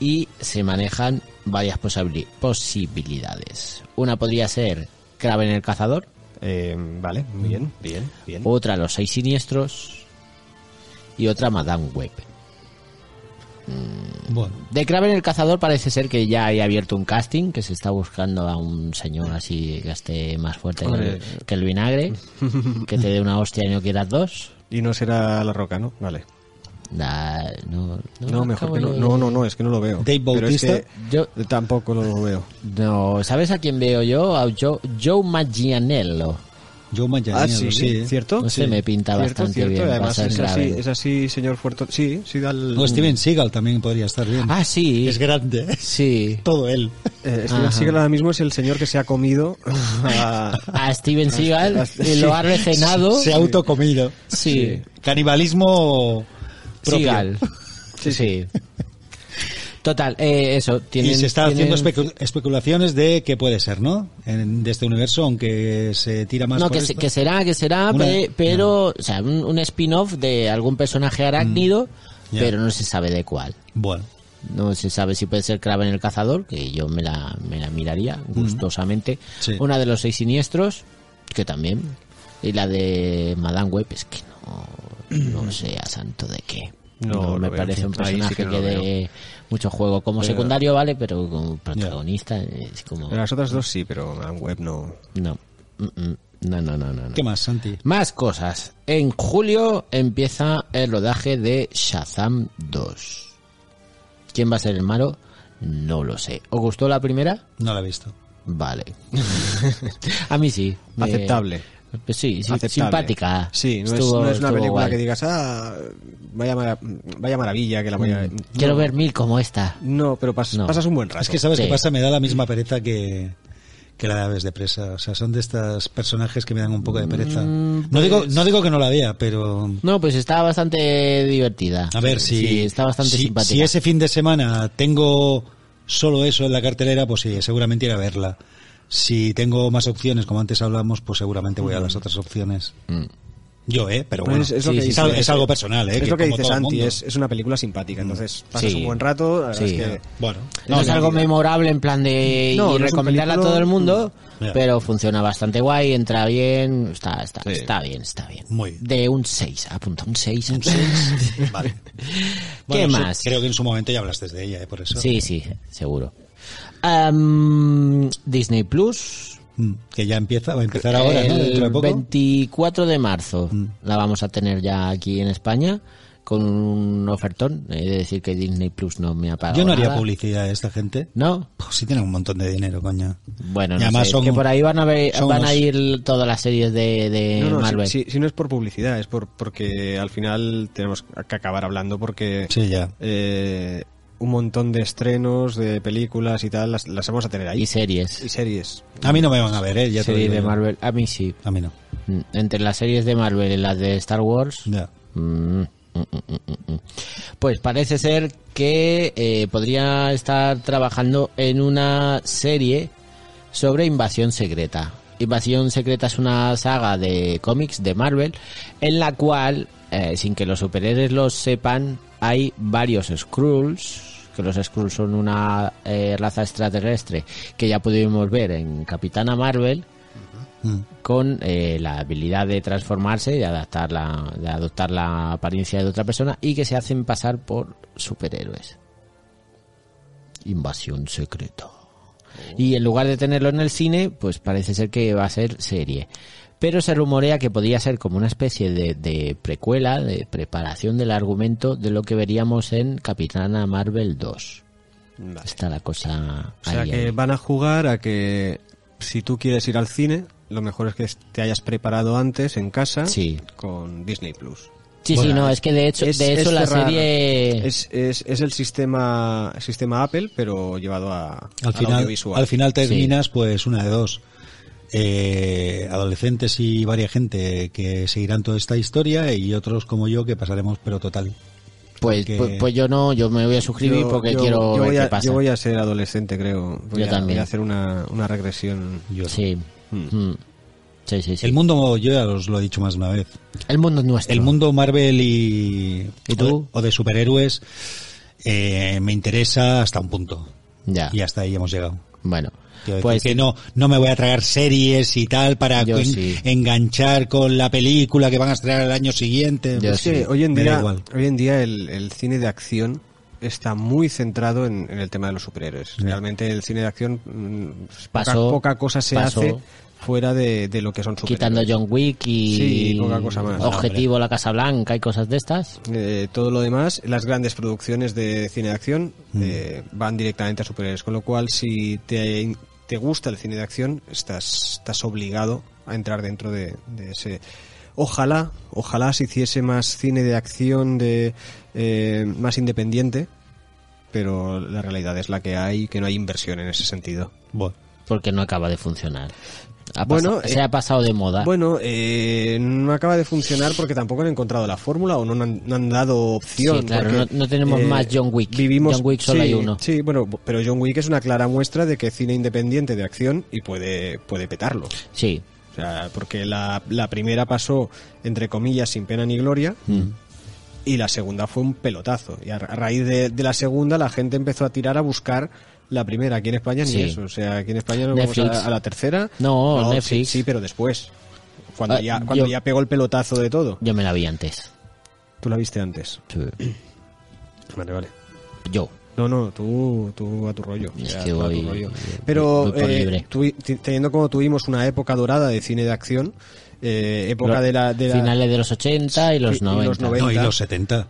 S3: y se manejan varias posabili- posibilidades. Una podría ser Kraven el Cazador,
S2: Eh, vale, muy
S3: Mm.
S2: bien, bien, bien.
S3: otra Los Seis Siniestros y otra Madame Web.
S1: Bueno,
S3: De Kraven el Cazador parece ser que ya hay abierto un casting, que se está buscando a un señor así que esté más fuerte que el, que
S2: [LAUGHS]
S3: el vinagre, que te dé una hostia y no quieras dos.
S2: Y no será La Roca, ¿no? Vale.
S3: Nah, no, no,
S2: No, mejor
S3: acabo
S2: que no.
S3: de-
S2: No, no, no, es que no lo veo.
S1: Dave
S2: Pero es
S1: Bautista.
S2: que
S3: Yo,
S2: tampoco lo veo.
S3: No, ¿sabes a quién veo yo? A Joe, Joe Manganiello.
S1: Joe Manganiello,
S2: Ah, sí,
S1: sí, ¿eh?
S2: ¿cierto?
S3: No sé,
S2: Sí.
S3: me pinta bastante bien,
S2: y Además,
S3: va a ser
S2: es así,
S3: grave.
S2: es así, señor Fuerto. Sí, sí, da el-
S1: No, Steven Seagal también podría estar bien.
S3: Ah, sí.
S1: Es grande, [LAUGHS] ¿eh?
S3: Sí.
S1: todo él.
S2: Eh, Steven
S3: Ajá.
S2: Seagal ahora mismo es el señor que se ha
S3: [LAUGHS]
S2: comido a-
S1: [LAUGHS]
S3: A Steven Seagal
S2: a-
S3: y lo ha recenado.
S1: Se ha autocomido.
S3: Sí.
S1: Canibalismo propio.
S3: Seagal. Sí. Total, eh, eso. Tienen,
S1: y se está
S3: tienen-
S1: haciendo especu- especulaciones de qué puede ser, ¿no? En- de este universo, aunque se tira más
S3: No,
S1: por
S3: que, se-
S1: esto.
S3: que será, que será,
S1: Una-
S3: pe- pero, o sea, un, un spin-off de algún personaje arácnido,
S1: Mm. Ya.
S3: pero no se sabe de cuál.
S1: Bueno,
S3: No se sabe si puede ser Kraven el cazador, que yo me la, me la miraría gustosamente.
S1: Sí.
S3: Una de los seis siniestros, que también. Y la de Madame Web, es que no, no sé a santo de qué.
S2: No
S3: No,
S2: lo
S3: me
S2: veo.
S3: parece un
S2: Ahí sí
S3: personaje
S2: que
S3: que,
S2: no lo
S3: dé mucho juego. Como secundario, vale, pero como protagonista es como...
S2: Las otras dos sí, pero Madame Web no.
S3: No. Mm, mm. no, no, no, no. no.
S1: ¿qué más, Santi?
S3: Más cosas. En julio empieza el rodaje de Shazam 2. ¿Quién va a ser el malo? No lo sé. ¿Os gustó la primera?
S1: No la he visto.
S3: Vale. [LAUGHS] a mí sí. Me-
S2: Aceptable.
S3: Pues Eh, Sí, sí,
S2: Aceptable.
S3: simpática.
S2: Sí, no,
S3: Estuvo-
S2: es, no es una
S3: estuvo
S2: película
S3: guay.
S2: que digas, ah, vaya, mara- vaya maravilla que la voy a.
S3: Mm, Quiero ver mil como esta.
S2: No, pero pas-
S3: No.
S2: pasas un buen rato.
S1: Es que, ¿sabes
S3: Sí.
S1: qué pasa? Me da la misma pereza que, que la de Aves de Presa. O sea, son de estos personajes que me dan un poco de pereza.
S3: Mm,
S1: No digo,
S3: pues-
S1: no digo que no la vea, pero...
S3: No, pues está bastante divertida.
S1: A ver, si,
S3: Sí, está bastante
S1: si,
S3: simpática.
S1: si ese fin de semana tengo solo eso en la cartelera, pues sí, seguramente iré a verla. Si tengo más opciones, como antes hablamos, pues seguramente voy a las otras opciones. Yo, ¿eh? Pero
S2: Pues
S1: bueno,
S2: es, es lo que
S3: Mm. sí,
S2: dice-
S1: es, algo, es algo personal, ¿eh?
S2: es lo que
S1: como
S2: dice
S1: todo el
S2: Santi,
S1: mundo.
S2: es, es una película simpática, entonces pasas
S3: Mm. Sí.
S2: un buen rato. La verdad
S3: Sí.
S2: es que
S3: [LAUGHS]
S1: Bueno,
S3: No, es algo memorable en plan de
S2: No,
S3: y
S2: no es un
S3: recomendarla a todo el
S2: película-
S3: mundo,
S1: Ya.
S3: pero funciona bastante guay, entra bien, está, está,
S2: Sí.
S3: está bien, está bien.
S1: Muy bien.
S3: De un 6, apunta un 6.
S1: vale.
S3: ¿Qué
S1: [LAUGHS] Bueno, sí,
S3: más?
S1: Creo que en su momento ya hablaste de ella, ¿eh? Por eso.
S3: Sí, sí, seguro. Am, Disney Plus.
S1: Mm, Que ya empieza, va a empezar ahora, ¿no? Dentro de
S3: el
S1: poco. Mm.
S3: 24 de marzo la vamos a tener ya aquí en España con un ofertón. He de decir que Disney Plus no me ha pagado.
S1: Yo no haría
S3: nada.
S1: publicidad a esta gente.
S3: No,
S1: Pues sí tienen un montón de dinero, coño.
S3: Bueno,
S1: Y
S3: no
S1: además
S3: sé,
S1: son-
S3: que por ahí van a ver,
S1: son
S3: van a
S1: unos-
S3: ir todas las series de, de
S2: No, no, si-
S3: Marvel.
S2: Si, si no es por publicidad, es por porque al final tenemos que acabar hablando porque
S1: Sí, ya.
S2: eh, un montón de estrenos, de películas y tal, las, las vamos a tener ahí.
S3: Y series.
S2: Y series.
S1: A mí no me van a ver, ¿eh? Ya te lo
S3: series
S1: digo
S3: de
S1: yo.
S3: Marvel. A mí sí.
S1: A mí no.
S3: Mm, Entre las series de Marvel y las de Star Wars.
S1: Ya.
S3: mm, mm, mm, mm, mm. Pues parece ser que eh, podría estar trabajando en una serie sobre Invasión Secreta. Invasión Secreta es una saga de cómics de Marvel en la cual, eh, sin que los superhéroes lo sepan, hay varios Skrulls, que los Skrulls son una eh, raza extraterrestre que ya pudimos ver en Capitana Marvel,
S1: Mm.
S3: con eh, la habilidad de transformarse, de, adaptar la, de adoptar la apariencia de otra persona y que se hacen pasar por superhéroes. Invasión secreta.
S2: Oh.
S3: Y en lugar de tenerlo en el cine, pues parece ser que va a ser serie. Pero se rumorea que podría ser como una especie de, de precuela, de preparación del argumento de lo que veríamos en Capitana Marvel 2. Está la cosa
S2: O sea
S3: ahí,
S2: que
S3: ahí.
S2: van a jugar a que si tú quieres ir al cine, lo mejor es que te hayas preparado antes en casa
S3: Sí.
S2: con Disney Plus.
S3: Sí, sí,
S1: Bueno,
S3: no, es que de hecho,
S2: es-
S3: de
S2: es
S3: hecho la
S2: cerrar.
S3: serie...
S2: Es, es, es el sistema sistema Apple, pero llevado a,
S1: Al final,
S2: audiovisual.
S1: al final terminas pues una de dos. Eh, adolescentes y varia gente que seguirán toda esta historia y otros como yo que pasaremos pero total.
S3: Pues,
S1: Porque-
S3: pues, pues yo no, yo me voy a suscribir
S2: Yo-
S3: porque
S2: yo-
S3: quiero
S2: yo
S3: ver
S2: voy
S3: qué
S2: a,
S3: pasa.
S2: Yo voy a ser adolescente, creo. Voy
S3: Yo
S2: a,
S3: también.
S2: Voy a hacer una, una regresión. Hmm.
S1: Yo.
S3: Sí. Mm. sí, sí, sí.
S1: El mundo, yo ya os lo he dicho más de una vez,
S3: El mundo es nuestro.
S1: el mundo Marvel y,
S3: ¿Y tú?
S1: o de superhéroes eh, me interesa hasta un punto
S3: Ya.
S1: y hasta ahí hemos llegado.
S3: Bueno.
S1: Quiero decir
S3: Ah. Pues
S1: que no, no me voy a tragar series y tal para
S3: Yo
S1: en-
S3: sí.
S1: enganchar con la película que van a estrenar el año siguiente.
S3: Yo
S1: Pues
S2: Es que
S3: sí,
S2: hoy en
S1: me da
S2: día,
S1: igual.
S2: hoy en día el, el cine de acción está muy centrado en, en el tema de los superhéroes. Realmente el cine de acción mm, poca-
S3: Pasó,
S2: poca, cosa se
S3: pasó.
S2: hace fuera de, de lo que son superhéroes.
S3: quitando John Wick y
S2: Sí, poca cosa más.
S3: Objetivo la Casa Blanca y cosas de estas.
S2: Eh, todo lo demás, las grandes producciones de cine de acción eh, van directamente a superhéroes, con lo cual si te, te gusta el cine de acción, estás, estás obligado a entrar dentro de, de ese ojalá, ojalá se hiciese más cine de acción de eh, más independiente, pero la realidad es la que hay, que no hay inversión en ese sentido.
S1: Bueno,
S3: Porque no acaba de funcionar. Ha
S2: Bueno,
S3: pasa- se
S2: eh,
S3: ha pasado de moda.
S2: Bueno, eh, no acaba de funcionar porque tampoco han encontrado la fórmula o no han, no han dado opción.
S3: Sí, claro,
S2: porque, eh,
S3: no- no tenemos más John Wick.
S2: Vivimos,
S3: John Wick solo
S2: sí,
S3: hay uno.
S2: Sí, bueno, pero John Wick es una clara muestra de que cine independiente de acción y puede, puede petarlo.
S3: Sí.
S2: O sea, porque la, la primera pasó, entre comillas, sin pena ni gloria.
S3: Mm.
S2: Y la segunda fue un pelotazo. Y a, ra- a raíz de, de la segunda, la gente empezó a tirar a buscar la primera. Aquí en España ni
S3: Sí.
S2: eso. O sea, aquí en España no
S3: Netflix.
S2: vamos a, a la tercera.
S3: No,
S2: sí-
S3: Netflix.
S2: Sí, pero después. Cuando,
S3: Ah,
S2: ya, cuando
S3: yo-
S2: ya pegó el pelotazo de todo.
S3: Yo me la vi antes.
S2: Tú la viste antes.
S3: Sí.
S2: Vale, vale.
S3: Yo.
S2: No, no, tú, tú a tu rollo.
S3: Es
S2: o sea,
S3: que
S2: tú a tu
S3: voy-
S2: rollo.
S3: voy-
S2: Pero
S3: voy por
S2: eh,
S3: libre.
S2: tuvi- ti- teniendo como tuvimos una época dorada de cine de acción, eh, época de la... De la-
S3: Finales de los 80 y los
S2: Y- y los
S3: 90.
S2: 90.
S1: no, y los 70.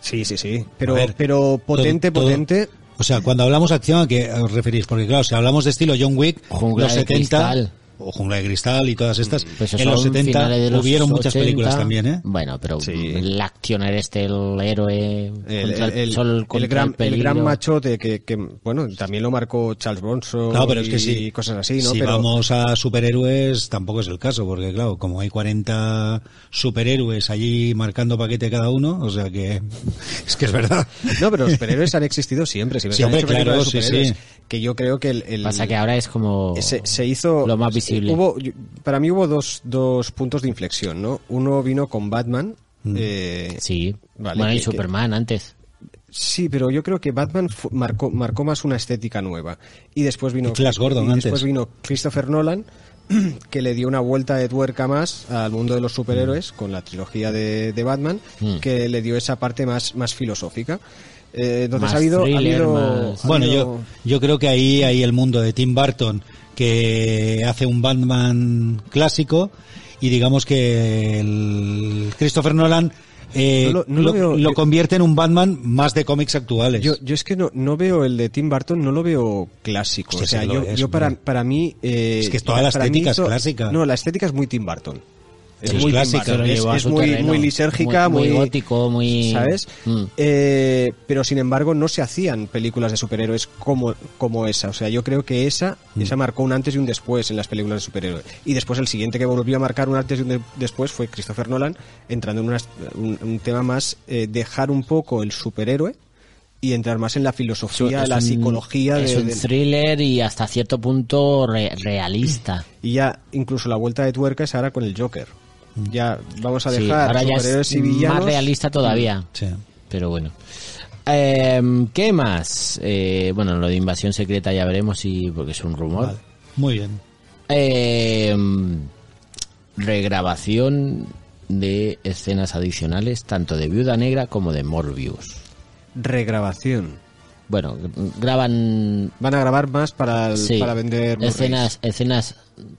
S2: Sí, sí, sí. Pero,
S1: A ver,
S2: pero potente,
S1: todo- todo-
S2: potente...
S1: O sea, cuando hablamos de acción, ¿a qué os referís? Porque claro, si hablamos de estilo John Wick,
S3: Jungla
S1: los
S3: de
S1: 70,
S3: cristal.
S1: o Jungla de Cristal y todas estas,
S3: Pues
S1: en los
S3: son
S1: 70
S3: finales de los
S1: hubieron muchas
S3: 80.
S1: películas también, ¿eh?
S3: Bueno, pero
S2: Sí.
S3: el accionar este, el héroe,
S2: el,
S3: contra
S2: el- el-
S3: solo
S2: el
S3: contra
S2: gran, el
S3: peligro.
S2: gran machote que, que, bueno, también lo marcó Charles Bronson
S1: Claro, pero es
S2: y,
S1: que sí.
S2: y cosas así, ¿no?
S1: Si
S2: pero
S1: vamos a superhéroes, tampoco es el caso, porque claro, como hay 40 superhéroes allí marcando paquete cada uno, o sea que [LAUGHS] es que es verdad.
S2: No, pero los superhéroes han existido siempre. Siempre
S1: Sí,
S2: se han
S1: hombre,
S2: hecho películas
S1: claro,
S2: de
S1: sí,
S2: superhéroes,
S1: sí.
S2: Que yo creo que el... el-
S3: Pasa que ahora es como
S2: se, se hizo
S3: lo más visible.
S2: hubo- yo- para mí hubo dos, dos puntos de inflexión, ¿no? Uno vino con Batman. eh,
S3: sí,
S2: Vale,
S3: bueno, y
S2: que- que-
S3: Superman antes.
S2: Sí, pero yo creo que Batman fu- marcó, marcó más una estética nueva. Y después vino
S1: Y Flash Gordon
S2: y después
S1: antes.
S2: vino Christopher Nolan, [CLEARS THROAT] que le dio una vuelta de tuerca más al mundo de los
S1: Mm.
S2: superhéroes con la trilogía de, de Batman,
S3: Mm.
S2: que le dio esa parte más, más filosófica. Eh, entonces
S3: Más
S2: ha habido, ha
S3: thriller,
S2: habido-
S3: más-
S2: ha
S1: Bueno,
S2: habido-
S1: yo, yo creo que ahí hay el mundo de Tim Burton que hace un Batman clásico y digamos que el Christopher Nolan eh,
S2: No lo- no lo veo-
S1: lo
S2: yo-
S1: convierte en un Batman más de cómics actuales.
S2: Yo, yo es que no, no veo el de Tim Burton, no lo veo clásico.
S1: Hostia,
S2: o sea,
S1: sí que
S2: yo,
S1: lo es,
S2: yo para,
S1: hombre.
S2: para mí. eh,
S1: Es que toda la
S2: para mí
S1: estética es
S2: esto-
S1: clásica.
S2: No, la estética es muy Tim Burton.
S1: Sí, es clásica,
S2: Tim Burton,
S1: lo
S2: es-
S3: llevó a
S2: es
S3: su
S2: muy,
S3: terreno.
S2: muy lisérgica,
S3: Muy-
S2: muy,
S3: muy gótico, muy-
S2: ¿Sabes?
S3: Mm.
S2: Eh, pero sin embargo, no se hacían películas de superhéroes como, como esa. O sea, yo creo que esa,
S3: Mm.
S2: esa marcó un antes y un después en las películas de superhéroes. Y después el siguiente que volvió a marcar un antes y un de- después fue Christopher Nolan, entrando en unas- un, un tema más, eh, dejar un poco el superhéroe y entrar más en la filosofía,
S3: Es
S2: la
S3: un-
S2: psicología
S3: es
S2: de,
S3: un
S2: de-
S3: thriller y hasta cierto punto re- realista.
S2: y ya incluso la vuelta de tuerca es ahora con el Joker. Ya [CLEARS THROAT] vamos a
S3: Mm. Sí,
S2: dejar
S3: ahora ya
S2: superhéroes
S3: es
S2: y villanos. Mm.
S3: más realista todavía.
S1: Sí.
S3: Pero bueno. Em, ¿Qué más? Eh, bueno, lo de invasión secreta ya veremos si porque es un rumor.
S1: Vale. Muy bien.
S3: Em, regrabación de escenas adicionales tanto de Viuda Negra como de Morbius.
S2: Regrabación.
S3: Bueno, gr- graban
S2: Van a grabar más para, el-
S3: sí,
S2: para vender Blu-rays.
S3: escenas escenas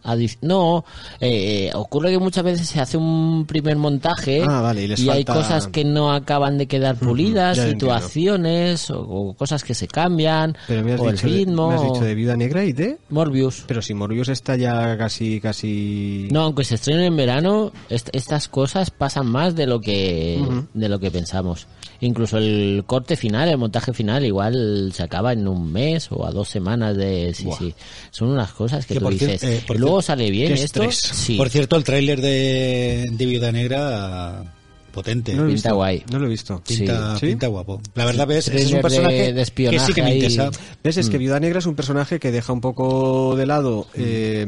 S3: adic- no eh, eh, ocurre que muchas veces se hace un primer montaje
S2: Ah, vale, y les
S3: hay
S2: falta-
S3: cosas que no acaban de quedar pulidas
S2: ya entiendo.
S3: situaciones o, o cosas que se cambian
S2: Pero me has,
S3: o el
S2: dicho, de-
S3: ritmo
S2: me has dicho
S3: o-
S2: de Viuda Negra y de...
S3: Morbius
S2: Pero si Morbius está ya casi... casi...
S3: no aunque se estrenen en verano est- estas cosas pasan más de lo que de lo que pensamos incluso el corte final el montaje final igual se acaba en un mes o a dos semanas de sí sí son unas cosas que,
S1: Que
S3: tú
S1: por cier-
S3: dices
S1: eh, por
S3: luego
S1: cier-
S3: sale bien
S2: qué
S3: esto
S2: estrés.
S3: sí
S1: Por cierto, el tráiler de, de Viuda Negra potente.
S2: No lo he
S3: Pinta
S2: visto.
S3: guay.
S2: No lo he visto.
S1: Pinta,
S2: Sí.
S1: pinta guapo. La verdad ves, es un
S3: Thriller de-
S1: personaje que
S3: de
S1: sí que me
S3: espionaje ahí.
S1: interesa.
S2: ¿Ves? Es que Viuda Negra es un personaje que deja un poco de lado eh,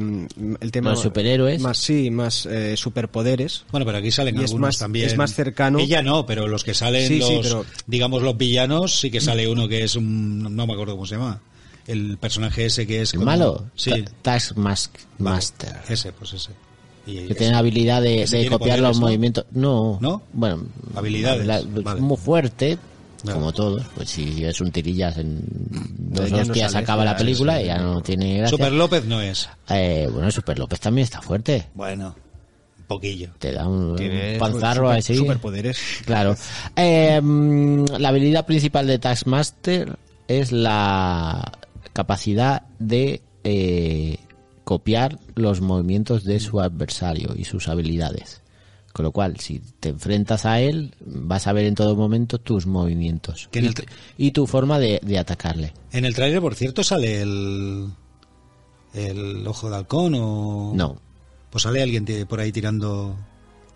S2: el tema...
S3: Los superhéroes.
S2: Más, sí, más eh, superpoderes.
S1: Bueno, pero aquí salen
S2: Y es
S1: algunos
S2: más-
S1: también.
S2: es más cercano.
S1: Ella no, pero los que salen,
S2: Sí,
S1: los,
S2: sí, pero- Mm.
S1: digamos, los villanos, sí que sale uno que es un. No me acuerdo cómo se llama. El personaje ese que es.
S3: El
S1: como-
S3: malo,
S1: Sí.
S3: Ta- Taskmaster.
S1: Ese, pues ese. Y
S3: Que tiene la habilidad de,
S1: Ese
S3: de
S1: tiene
S3: copiar los
S1: poderes, ¿no?
S3: movimientos. No.
S1: ¿No?
S3: Bueno.
S1: Habilidades, vale.
S3: Muy fuerte,
S1: Vale. Mm.
S3: como todos. Pues si es un tirillas en dos
S2: ya no
S3: hostias
S2: sale,
S3: acaba la
S2: ya,
S3: película
S2: sí,
S3: y ya no tiene gracia.
S1: Super López no es.
S3: Eh, bueno, Super López también está fuerte.
S1: Bueno, un poquillo.
S3: Te da un,
S2: Tiene
S3: un panzarro
S2: super-
S3: así.
S2: Superpoderes.
S3: Claro. Eh, mm, la habilidad principal de Taskmaster es la capacidad de eh, copiar los movimientos de su adversario y sus habilidades. Con lo cual, si te enfrentas a él, vas a ver en todo momento tus movimientos
S1: Que en
S3: y,
S1: el tr-
S3: y tu forma de, de atacarle.
S1: En el tráiler, por cierto, sale el. El ojo de halcón o.
S3: No,
S1: Pues sale alguien ti- por ahí tirando.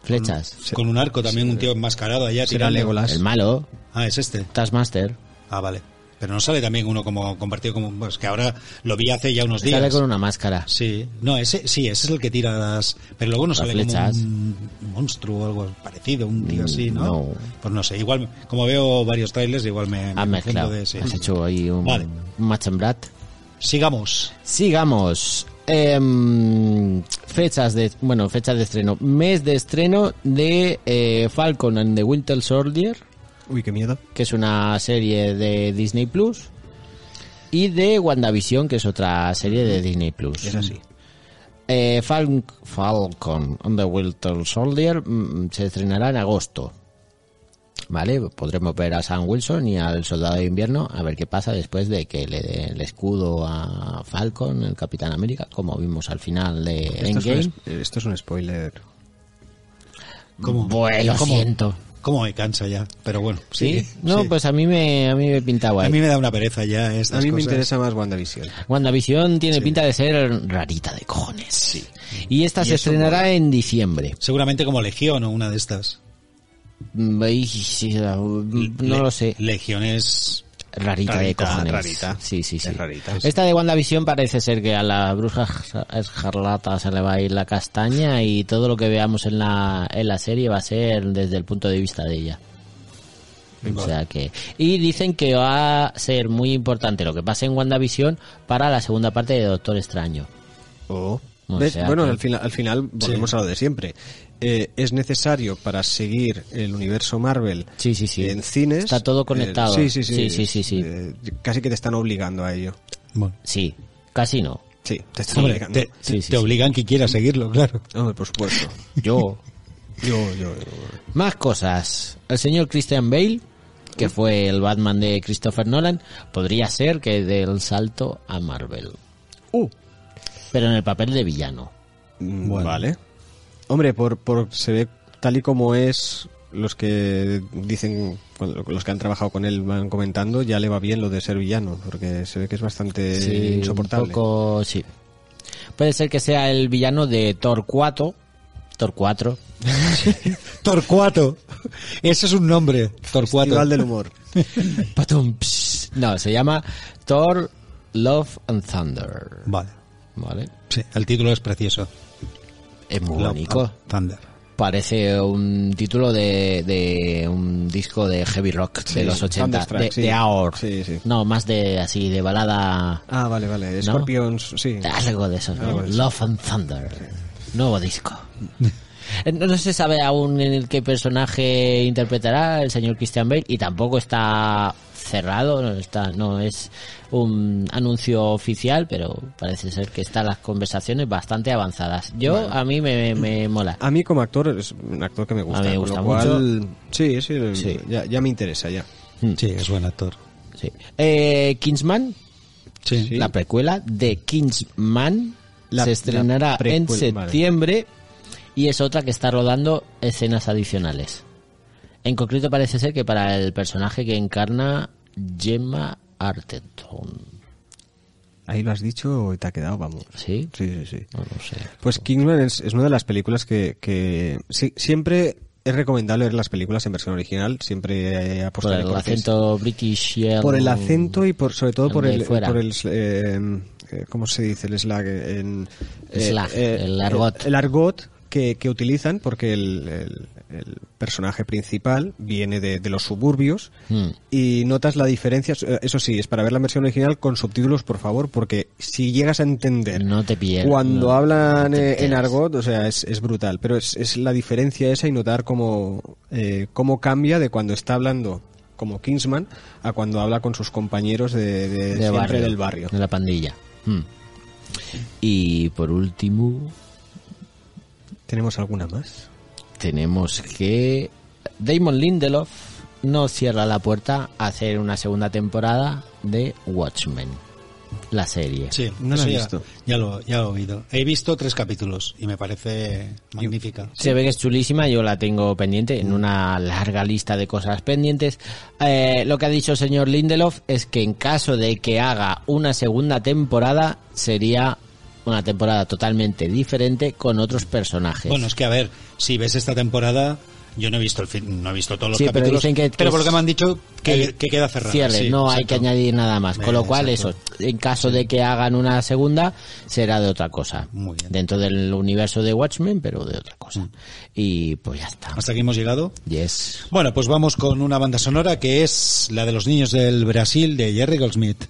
S3: flechas.
S1: Con un arco también, un tío enmascarado allá
S2: Será
S1: tirando.
S2: Legolas.
S3: El malo,
S1: Ah, es este.
S3: Taskmaster,
S1: Ah, vale. Pero no sale también uno como compartido como. Pues que ahora lo vi hace ya unos días.
S3: sale con una máscara.
S1: Sí, no, ese sí, ese es el que tira las. Pero luego no
S3: Las
S1: sale
S3: flechas.
S1: como un monstruo o algo parecido, un tío así, ¿no?
S3: no.
S1: Pues no sé, igual, como veo varios trailers, igual me. me
S3: Has
S1: confundo
S3: mezclado.
S1: de ese.
S3: Has hecho ahí un,
S1: Vale.
S3: un match and brat.
S1: Sigamos.
S3: Sigamos. Em, fechas de bueno fechas de estreno mes de estreno de eh, Falcon and the Winter Soldier
S2: Uy, qué miedo.
S3: que es una serie de Disney Plus, y de WandaVision, que es otra serie de Disney Plus.
S2: Es así.
S3: Eh, Fal- Falcon and the Winter Soldier mm, se estrenará en agosto. ¿Vale? Podremos ver a Sam Wilson y al Soldado de Invierno a ver qué pasa después de que le dé el escudo a Falcon, el Capitán América, como vimos al final de
S2: Esto es, un,
S3: Endgame.
S2: es- esto es un spoiler.
S1: ¿Cómo?
S3: Bueno, lo
S1: ¿Cómo?
S3: siento.
S1: ¿Cómo me cansa ya? Pero bueno, sí.
S3: ¿Sí? No,
S1: sí.
S3: pues a mí me, a mí me pinta guay.
S1: A mí me da una pereza ya estas
S2: A mí me
S1: cosas.
S2: interesa más WandaVision.
S3: WandaVision tiene pinta de ser rarita de cojones. Y esta se estrenará en diciembre.
S1: Seguramente como Legión o una de estas.
S3: Mm, y- sí, no
S1: Le-
S3: lo sé.
S1: Legión es...
S3: Rarita, de
S1: Rarita,
S3: cojones.
S1: rarita.
S3: Sí, sí, sí.
S2: Es rarita.
S3: Esta de WandaVision parece ser que a la bruja jar- escarlata se le va a ir la castaña y todo lo que veamos en la, en la serie va a ser desde el punto de vista de ella. O sea que y dicen que va a ser muy importante lo que pase en WandaVision para la segunda parte de Doctor Extraño.
S2: Oh.
S3: O
S2: ¿Ves?
S3: sea
S2: bueno,
S3: que-
S2: al, final, al final volvemos a lo de siempre. Eh, es necesario para seguir el universo Marvel
S3: Sí, sí, sí.
S2: en cines.
S3: Está todo
S2: eh,
S3: conectado.
S2: sí, sí, sí.
S3: Sí, sí, sí, sí.
S2: Eh, casi que te están obligando a ello.
S1: Bueno.
S3: Sí, casi no.
S2: Sí, te están
S1: Hombre,
S2: obligando.
S1: te,
S3: Sí, sí,
S1: te
S3: sí.
S1: obligan que quieras seguirlo, claro.
S2: Hombre, por supuesto.
S3: Yo.
S2: Yo, yo, yo.
S3: Más cosas. El señor Christian Bale,
S2: Mm.
S3: que fue el Batman de Christopher Nolan, podría ser que del salto a Marvel.
S2: Uh,
S3: Pero en el papel de villano.
S2: Mm,
S1: Bueno.
S2: Vale. Hombre, por, por se ve tal y como es los que dicen cuando- los que han trabajado con él van comentando ya le va bien lo de ser villano porque se ve que es bastante
S3: un
S2: Eh, insoportable
S3: poco, sí. Puede ser que sea el villano de Thor 4. Thor
S2: [LAUGHS]
S3: 4.
S1: Torcuato. Ese es un nombre. Torcuato.
S2: Festival del humor
S3: Patum, pss. No, se llama Thor Love and Thunder.
S1: Vale.
S3: ¿Vale?
S1: Sí, el título es precioso.
S3: Es muy
S1: Love
S3: bonito.
S1: and Thunder.
S3: Parece un título de, de un disco de heavy rock de los 80,
S2: Thunderstruck,
S3: de,
S2: sí.
S3: de AOR.
S2: Sí, sí.
S3: No, más de así, de balada,
S2: ah vale vale
S3: ¿No?
S2: Scorpions sí
S3: algo de eso, ¿no?
S2: Algo de eso.
S3: Love and Thunder,
S2: [LAUGHS]
S3: nuevo disco. Eh, No, no se sabe aún en el qué personaje interpretará el señor Christian Bale y tampoco está cerrado, no está, no es un anuncio oficial, pero parece ser que están las conversaciones bastante avanzadas. Yo a mí me, me mola.
S2: a mí como actor es un actor que me gusta
S3: A mí me
S2: con
S3: gusta
S2: lo cual, sí sí,
S3: Sí.
S2: Ya, ya me interesa ya
S3: Hmm.
S1: Sí, es buen actor.
S3: Sí. Eh, Kingsman,
S1: Sí.
S3: la precuela de Kingsman
S2: La-
S3: se estrenará
S2: la precuela,
S3: en
S2: vale.
S3: septiembre y es otra que está rodando escenas adicionales. En concreto parece ser que para el personaje que encarna Gemma Arterton,
S2: ahí lo has dicho y te ha quedado vamos
S3: ¿sí?
S2: sí sí sí
S3: No lo sé.
S2: Pues Kingsman es, es una de las películas que, que sí- siempre es recomendable ver las películas en versión original, siempre eh,
S3: Por
S2: apostaré
S3: el
S2: porque es-
S3: acento british y el-
S2: por el acento y por sobre todo por
S3: de
S2: el,
S3: fuera.
S2: por el eh, eh, ¿cómo se dice? El slag, eh, en, eh,
S3: Slang,
S2: eh,
S3: el argot.
S2: El, argot que, que utilizan porque el, el- el personaje principal viene de, de los suburbios
S3: Mm.
S2: y notas la diferencia, eh, eso sí, es para ver la versión original con subtítulos, por favor, porque si llegas a entender
S3: No te pierdes.
S2: cuando
S3: no-
S2: hablan
S3: no te
S2: eh, en
S3: enteras.
S2: argot, o sea, es, es brutal, pero es, es la diferencia esa y notar cómo, eh, cómo cambia de cuando está hablando como Kingsman a cuando habla con sus compañeros de, de
S3: De
S2: siempre
S3: barrio,
S2: del barrio.
S3: De la pandilla. Mm. Y por último,
S2: ¿Tenemos alguna más?
S3: tenemos que Damon Lindelof no cierra la puerta a hacer una segunda temporada de Watchmen. la serie.
S1: Sí,
S2: No la
S1: eso
S2: he
S1: ya-
S2: visto.
S1: Ya, lo, ya lo he oído. He visto tres capítulos y me parece magnífica.
S3: Se ve que es chulísima, yo la tengo pendiente en una larga lista de cosas pendientes. Eh, lo que ha dicho el señor Lindelof es que en caso de que haga una segunda temporada, sería una temporada totalmente diferente con otros personajes.
S1: Bueno, es que a ver, si ves esta temporada, yo no he visto el fin, no he visto todos los
S3: Sí, pero
S1: capítulos,
S3: dicen que- que
S1: pero por lo
S3: es-
S1: que me han dicho que,
S3: Hay
S1: que queda cerrada.
S3: Cierre,
S1: sí,
S3: no hay que
S1: exacto.
S3: añadir nada más. Con lo
S1: Venga,
S3: cual,
S1: exacto.
S3: eso, en caso de que hagan una segunda, será de otra cosa.
S1: Muy bien. Mm.
S3: Dentro del universo de Watchmen, pero de otra cosa. Y pues ya está.
S1: Hasta aquí hemos llegado.
S3: Yes.
S1: Bueno, pues vamos con una banda sonora que es la de los niños del Brasil de Jerry Goldsmith.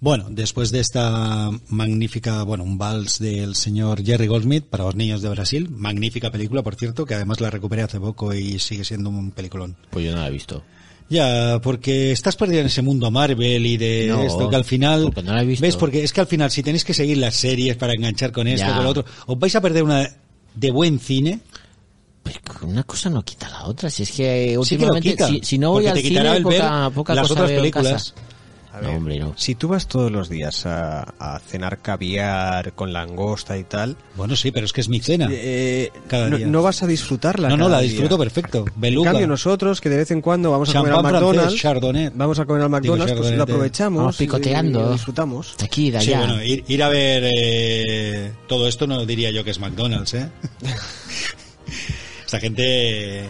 S1: Bueno, después de esta magnífica, bueno, un vals del señor Jerry Goldsmith para los niños de Brasil, magnífica película, por cierto, que además la recuperé hace poco y sigue siendo un peliculón.
S3: Pues yo no la he visto.
S1: Ya, porque estás perdida en ese mundo Marvel y de
S3: No,
S1: esto que al final...
S3: porque no la he visto.
S1: ¿Ves? Porque es que al final, si tenéis que seguir las series para enganchar con esto,
S3: Ya.
S1: con lo otro, os vais a perder una de buen cine.
S3: Pero Pues, una cosa no quita la otra. Si es que
S1: Sí que lo
S3: últimamente,
S1: quitan,
S3: si, si no voy
S1: porque
S3: al
S1: te quitará
S3: cine,
S1: el ver
S3: poca, poca
S1: las
S3: cosa
S1: otras
S3: veo en
S1: películas.
S3: casa. No, hombre, no.
S2: Si tú vas todos los días a, a cenar caviar con langosta y tal,
S1: Bueno, sí, pero es que es mi cena.
S2: eh,
S1: Cada
S2: no,
S1: día.
S2: no vas a disfrutarla.
S1: no, no,
S2: cada
S1: la
S2: día.
S1: disfruto perfecto.
S2: En
S1: Beluga.
S2: cambio, nosotros que de vez en cuando vamos a comer
S1: Champán
S2: al
S1: francés,
S2: McDonald's,
S1: Chardonnay.
S2: vamos a comer al McDonald's,
S1: Digo,
S2: pues lo
S1: Chardonnay, te-
S2: aprovechamos.
S3: Vamos picoteando.
S2: y- y lo disfrutamos.
S3: De aquí, de
S1: Sí,
S3: allá.
S1: bueno, ir, ir a ver eh, todo esto no diría yo que es McDonald's,
S2: [LAUGHS]
S1: ¿eh? Esta gente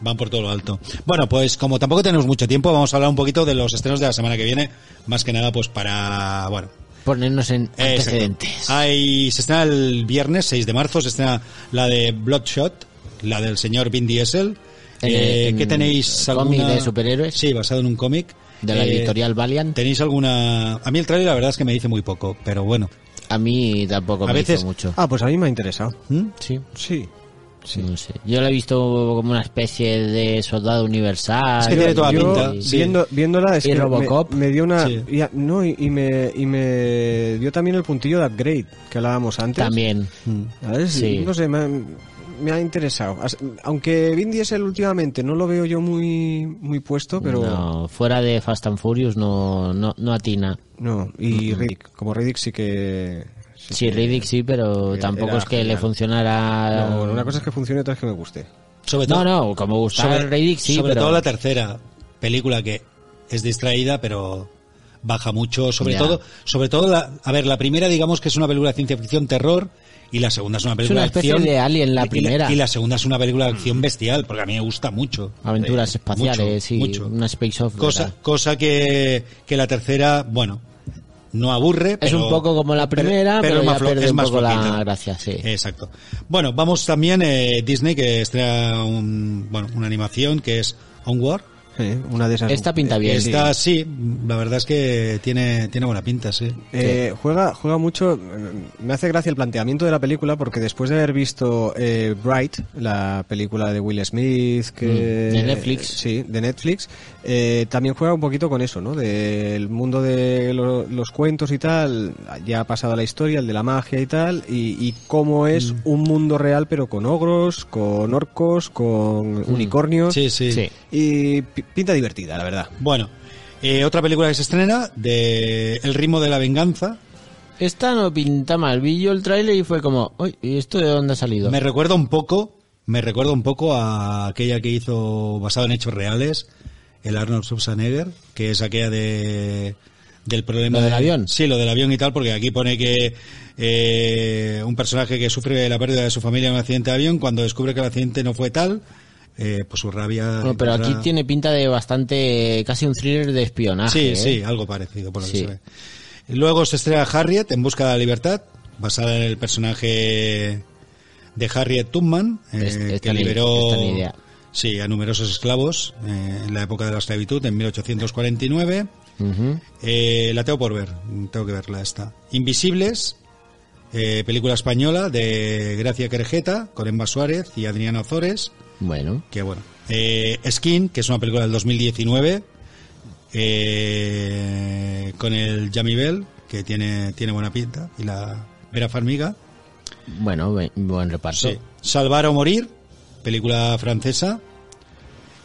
S1: van por todo lo alto. Bueno, pues como tampoco tenemos mucho tiempo, vamos a hablar un poquito de los estrenos de la semana que viene. Más que nada, pues para, bueno,
S3: Ponernos en
S1: Exacto.
S3: antecedentes.
S1: Ah, Hay, se estrena el viernes 6 de marzo, se estrena la de Bloodshot, la del señor Vin Diesel.
S3: En-
S1: Eh,
S3: en
S1: ¿Qué tenéis?
S3: cómic
S1: alguna-
S3: de superhéroes.
S1: Sí, basado en un cómic.
S3: De la
S1: Eh,
S3: editorial Valiant.
S1: ¿Tenéis alguna...? A mí el trailer la verdad es que me dice muy poco, pero bueno.
S3: A mí tampoco
S1: A
S3: me
S1: veces-
S3: hizo mucho.
S2: Ah, pues a mí me ha interesado.
S1: ¿Mm?
S3: Sí,
S2: Sí.
S3: sí. No sé. Yo la he visto como una especie de soldado universal.
S1: Es que tiene toda
S3: y-
S2: Yo,
S1: pinta, sí.
S2: viendo, viéndola es
S3: Y
S2: que me-
S3: Robocop.
S2: Me, dio una
S1: Sí.
S2: y a- no y, y me y me dio también el puntillo de upgrade que hablábamos antes.
S3: También.
S2: ¿Sabes?
S3: Sí.
S2: No sé, me, ha- me ha interesado. As- Aunque Vin Diesel últimamente no lo veo yo muy muy puesto, pero no.
S3: No, fuera de Fast and Furious no, no, no atina.
S2: Y Riddick, como Riddick sí que sí
S3: Sí,
S2: que-
S3: Riddick sí, pero
S2: era
S3: tampoco es que le
S2: genial.
S3: funcionara...
S2: No, una cosa es que funcione y otra es que me guste.
S1: Sobre
S3: No,
S1: todo-
S3: no, como gustaba
S1: sobre-
S3: Riddick sí,
S1: sobre
S3: pero...
S1: todo la tercera película que es distraída, pero baja mucho. Sobre
S3: Ya.
S1: todo, sobre todo la, a ver, la primera digamos que es una película de ciencia ficción terror y la segunda es una película
S3: una
S1: de
S3: especie
S1: acción.
S3: de Alien, la
S1: Y
S3: primera. Mm.
S1: Y la segunda es una película de acción bestial, porque a mí me gusta mucho.
S3: Aventuras
S1: Sí,
S3: espaciales
S1: mucho,
S3: y
S1: mucho.
S3: una space opera.
S1: Cosa, cosa que, que la tercera, bueno, no aburre.
S3: Es
S1: pero-
S3: un poco como la primera, pero, ya
S1: flo-
S3: pierde un poco la
S1: flojita.
S3: gracia, sí.
S1: Exacto. Bueno, vamos también eh, Disney que estrena un, bueno, una animación que es Onward.
S2: Sí, una de esas.
S3: Esta pinta bien.
S1: Esta sí, la verdad es que tiene, tiene buena pinta, sí.
S2: Eh, juega, juega mucho. eh, Me hace gracia el planteamiento de la película porque después de haber visto eh, Bright, la película de Will Smith, que,
S3: Mm, de Netflix.
S2: eh, sí, de Netflix, eh, también juega un poquito con eso, ¿no? Del mundo de lo- los cuentos y tal, ya ha pasado la historia, el de la magia y tal, y, y cómo es un mundo real pero con ogros, con orcos, con unicornios.
S1: Sí, sí.
S3: Sí.
S2: Y pi- pinta divertida, la verdad.
S1: Bueno, eh, otra película que se estrena de El ritmo de la venganza.
S3: Esta no pinta mal. Vi yo el tráiler y fue como, uy, ¿y esto de dónde ha salido?
S1: Me recuerda un poco, me recuerda un poco a aquella que hizo basado en hechos reales, el Arnold Schwarzenegger, que es aquella de del problema
S3: ¿Lo del avión?
S1: Sí, lo del avión y tal, porque aquí pone que eh, un personaje que sufre la pérdida de su familia en un accidente de avión, cuando descubre que el accidente no fue tal, eh, pues su rabia.
S3: Bueno, pero aquí
S1: encontrará-
S3: tiene pinta de bastante, casi un thriller de espionaje.
S1: Sí, sí,
S3: ¿eh?
S1: algo parecido por lo que
S3: Sí.
S1: se ve. Luego se estrena Harriet en busca de la libertad, basada en el personaje de Harriet Tubman, eh,
S3: Es- esta
S1: que
S3: ni-
S1: liberó
S3: esta ni idea.
S1: sí, a numerosos esclavos eh, en la época de la esclavitud, en 1849.
S3: Ujú.
S1: Eh, la tengo por ver, tengo que verla esta. Invisibles, eh, película española de Gracia Querejeta, con Emma Suárez y Adriana Ozores
S3: Bueno.
S1: que bueno. Eh, Skin, que es una película del 2019, eh, con el Jamie Bell, que tiene, tiene buena pinta, y la Vera Farmiga.
S3: Bueno, bu- buen reparto.
S1: Sí. Salvar o Morir, película francesa.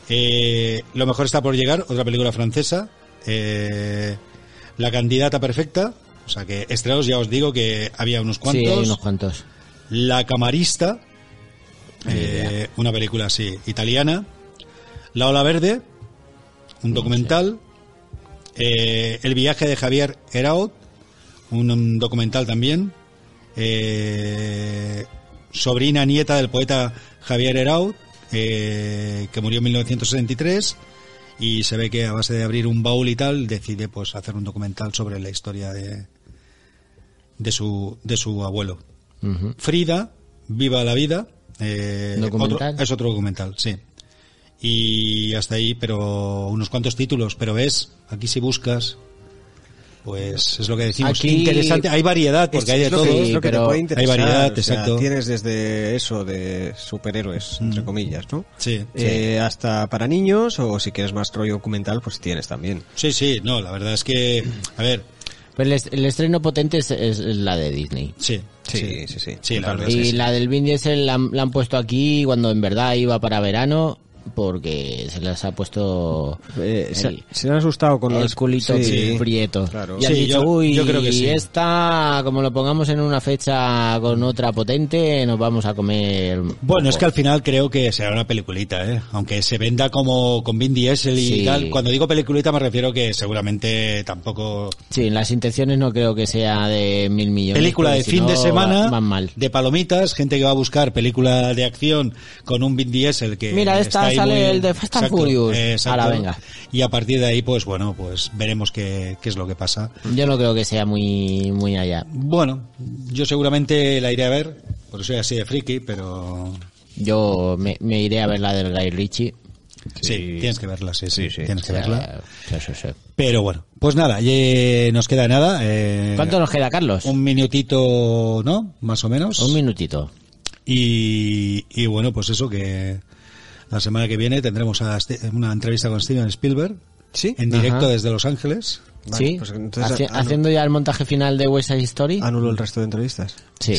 S1: Eh, Lo mejor está por llegar, otra película francesa. Eh, la candidata perfecta, o sea que estrenos ya os digo que había unos
S3: Sí,
S1: cuantos.
S3: hay unos cuantos.
S1: La Camarista, eh, una película así, italiana. La Ola Verde, un documental. Eh, El viaje de Javier Heraud, un, un documental también. Eh, sobrina nieta del poeta Javier Heraud, eh, que murió en 1963. Y se ve que a base de abrir un baúl y tal, decide pues hacer un documental sobre la historia de, de su, de su abuelo.
S3: Ujú.
S1: Frida, Viva la Vida. eh,
S3: Documental.
S1: otro- es otro documental, sí. Y hasta ahí, pero unos cuantos títulos. Pero ves, aquí si buscas, pues es lo que decimos.
S3: Aquí-
S1: Interesante, hay variedad, porque
S2: Esto
S1: hay de
S2: es lo
S1: todo.
S3: que-
S2: es lo
S3: pero
S2: puede
S3: hay
S1: variedad, exacto.
S2: Tienes desde eso de superhéroes, entre comillas, ¿no?
S1: Sí,
S2: Eh, hasta para niños o si quieres más rollo documental, pues tienes también.
S1: sí, sí, no, la verdad es que, a ver,
S3: Pero el, est- el estreno potente es, es la de Disney.
S1: sí.
S2: Sí, sí, sí.
S1: Sí, la verdad es que
S3: Y
S1: sí.
S3: la del Vin Diesel la, han- la han puesto aquí cuando en verdad iba para verano porque se las ha puesto
S2: Eh,
S3: el,
S2: se, se han asustado con
S3: el
S2: los
S3: culito
S2: sí.
S3: prieto.
S2: Claro.
S3: Y han
S1: Sí,
S3: dicho,
S1: yo-
S3: uy,
S1: yo creo que sí".
S3: esta, como lo pongamos en una fecha con otra potente, nos vamos a comer...
S1: Bueno, es que al final creo que será una peliculita, ¿eh? Aunque se venda como con Vin Diesel y
S3: Sí.
S1: tal. Cuando digo peliculita me refiero que seguramente tampoco
S3: Sí, las intenciones no creo que sea de mil millones.
S1: película
S3: porque
S1: de
S3: si
S1: fin
S3: no,
S1: de semana
S3: va- van mal.
S1: de palomitas, gente que va a buscar película de acción con un Vin Diesel que
S3: Mira, esta
S1: está ahí
S3: sale
S1: muy-
S3: el de Fast and
S1: Exacto,
S3: Furious.
S1: eh, exacto.
S3: Ala, venga.
S1: Y a partir de ahí, pues bueno, pues veremos qué, qué es lo que pasa.
S3: Yo no creo que sea muy, muy allá.
S1: Bueno, yo seguramente la iré a ver, porque soy así de friki, pero
S3: Yo me, me iré a ver la del Guy Ritchie.
S1: sí, tienes que verla, sí, sí, tienes que verla.
S3: Sí, sí, sí.
S1: Pero bueno, pues nada, y, eh, nos queda nada. eh,
S3: ¿Cuánto nos queda, Carlos? Un,
S1: Un minutito, ¿no? Más o menos.
S3: minutito.
S1: Y, y bueno, pues eso que la semana que viene tendremos a Ste- una entrevista con Steven Spielberg
S2: Sí.
S1: en directo
S3: Ajá.
S1: desde Los Ángeles.
S2: Vale,
S3: ¿Sí?
S2: pues entonces,
S3: Haci-
S2: ah, no.
S3: ¿Haciendo ya el montaje final de West Side Story?
S1: Ah,
S2: Anulo el resto de entrevistas.
S3: Sí,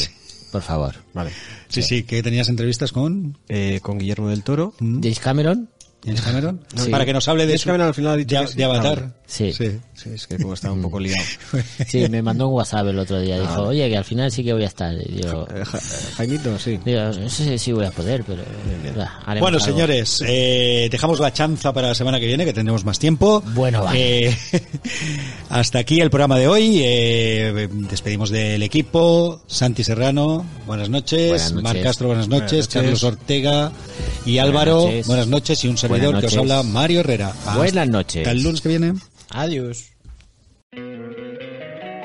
S3: por favor.
S2: Vale.
S1: Sí, sí, que tenías entrevistas con
S2: Eh, con Guillermo del Toro.
S1: Mm.
S3: James Cameron,
S1: James [LAUGHS] Cameron
S3: Sí.
S1: para que nos hable de,
S2: James
S1: su-
S2: Cameron al final ha dicho
S1: de,
S2: que sí.
S1: de Avatar.
S2: Ah, vale.
S3: Sí.
S2: Sí, es que como estaba un
S1: Mm. [LAUGHS]
S2: poco liado.
S3: sí, me mandó un WhatsApp el otro día.
S1: Ah.
S3: Dijo, oye, que al final sí que voy a estar. Y Yo,
S2: Eh, Ja- eh, Jaimito, sí.
S3: digo, no sé si voy a poder, pero... bah, haremos
S1: Bueno,
S3: algo".
S1: señores, eh, dejamos la chanza para la semana que viene, que tendremos más tiempo.
S3: Bueno, vale.
S1: Eh, [LAUGHS] hasta aquí el programa de hoy. Eh, despedimos del equipo. Santi Serrano, buenas noches.
S3: Buenas noches.
S1: Mar Castro, buenas noches.
S2: Buenas noches.
S1: Carlos Ortega y Álvaro,
S3: noches.
S1: buenas noches. Y un servidor
S3: Buenas
S1: que os
S3: noches.
S1: habla, Mario Herrera. Hasta
S3: Buenas noches.
S1: el lunes que viene.
S3: Adiós.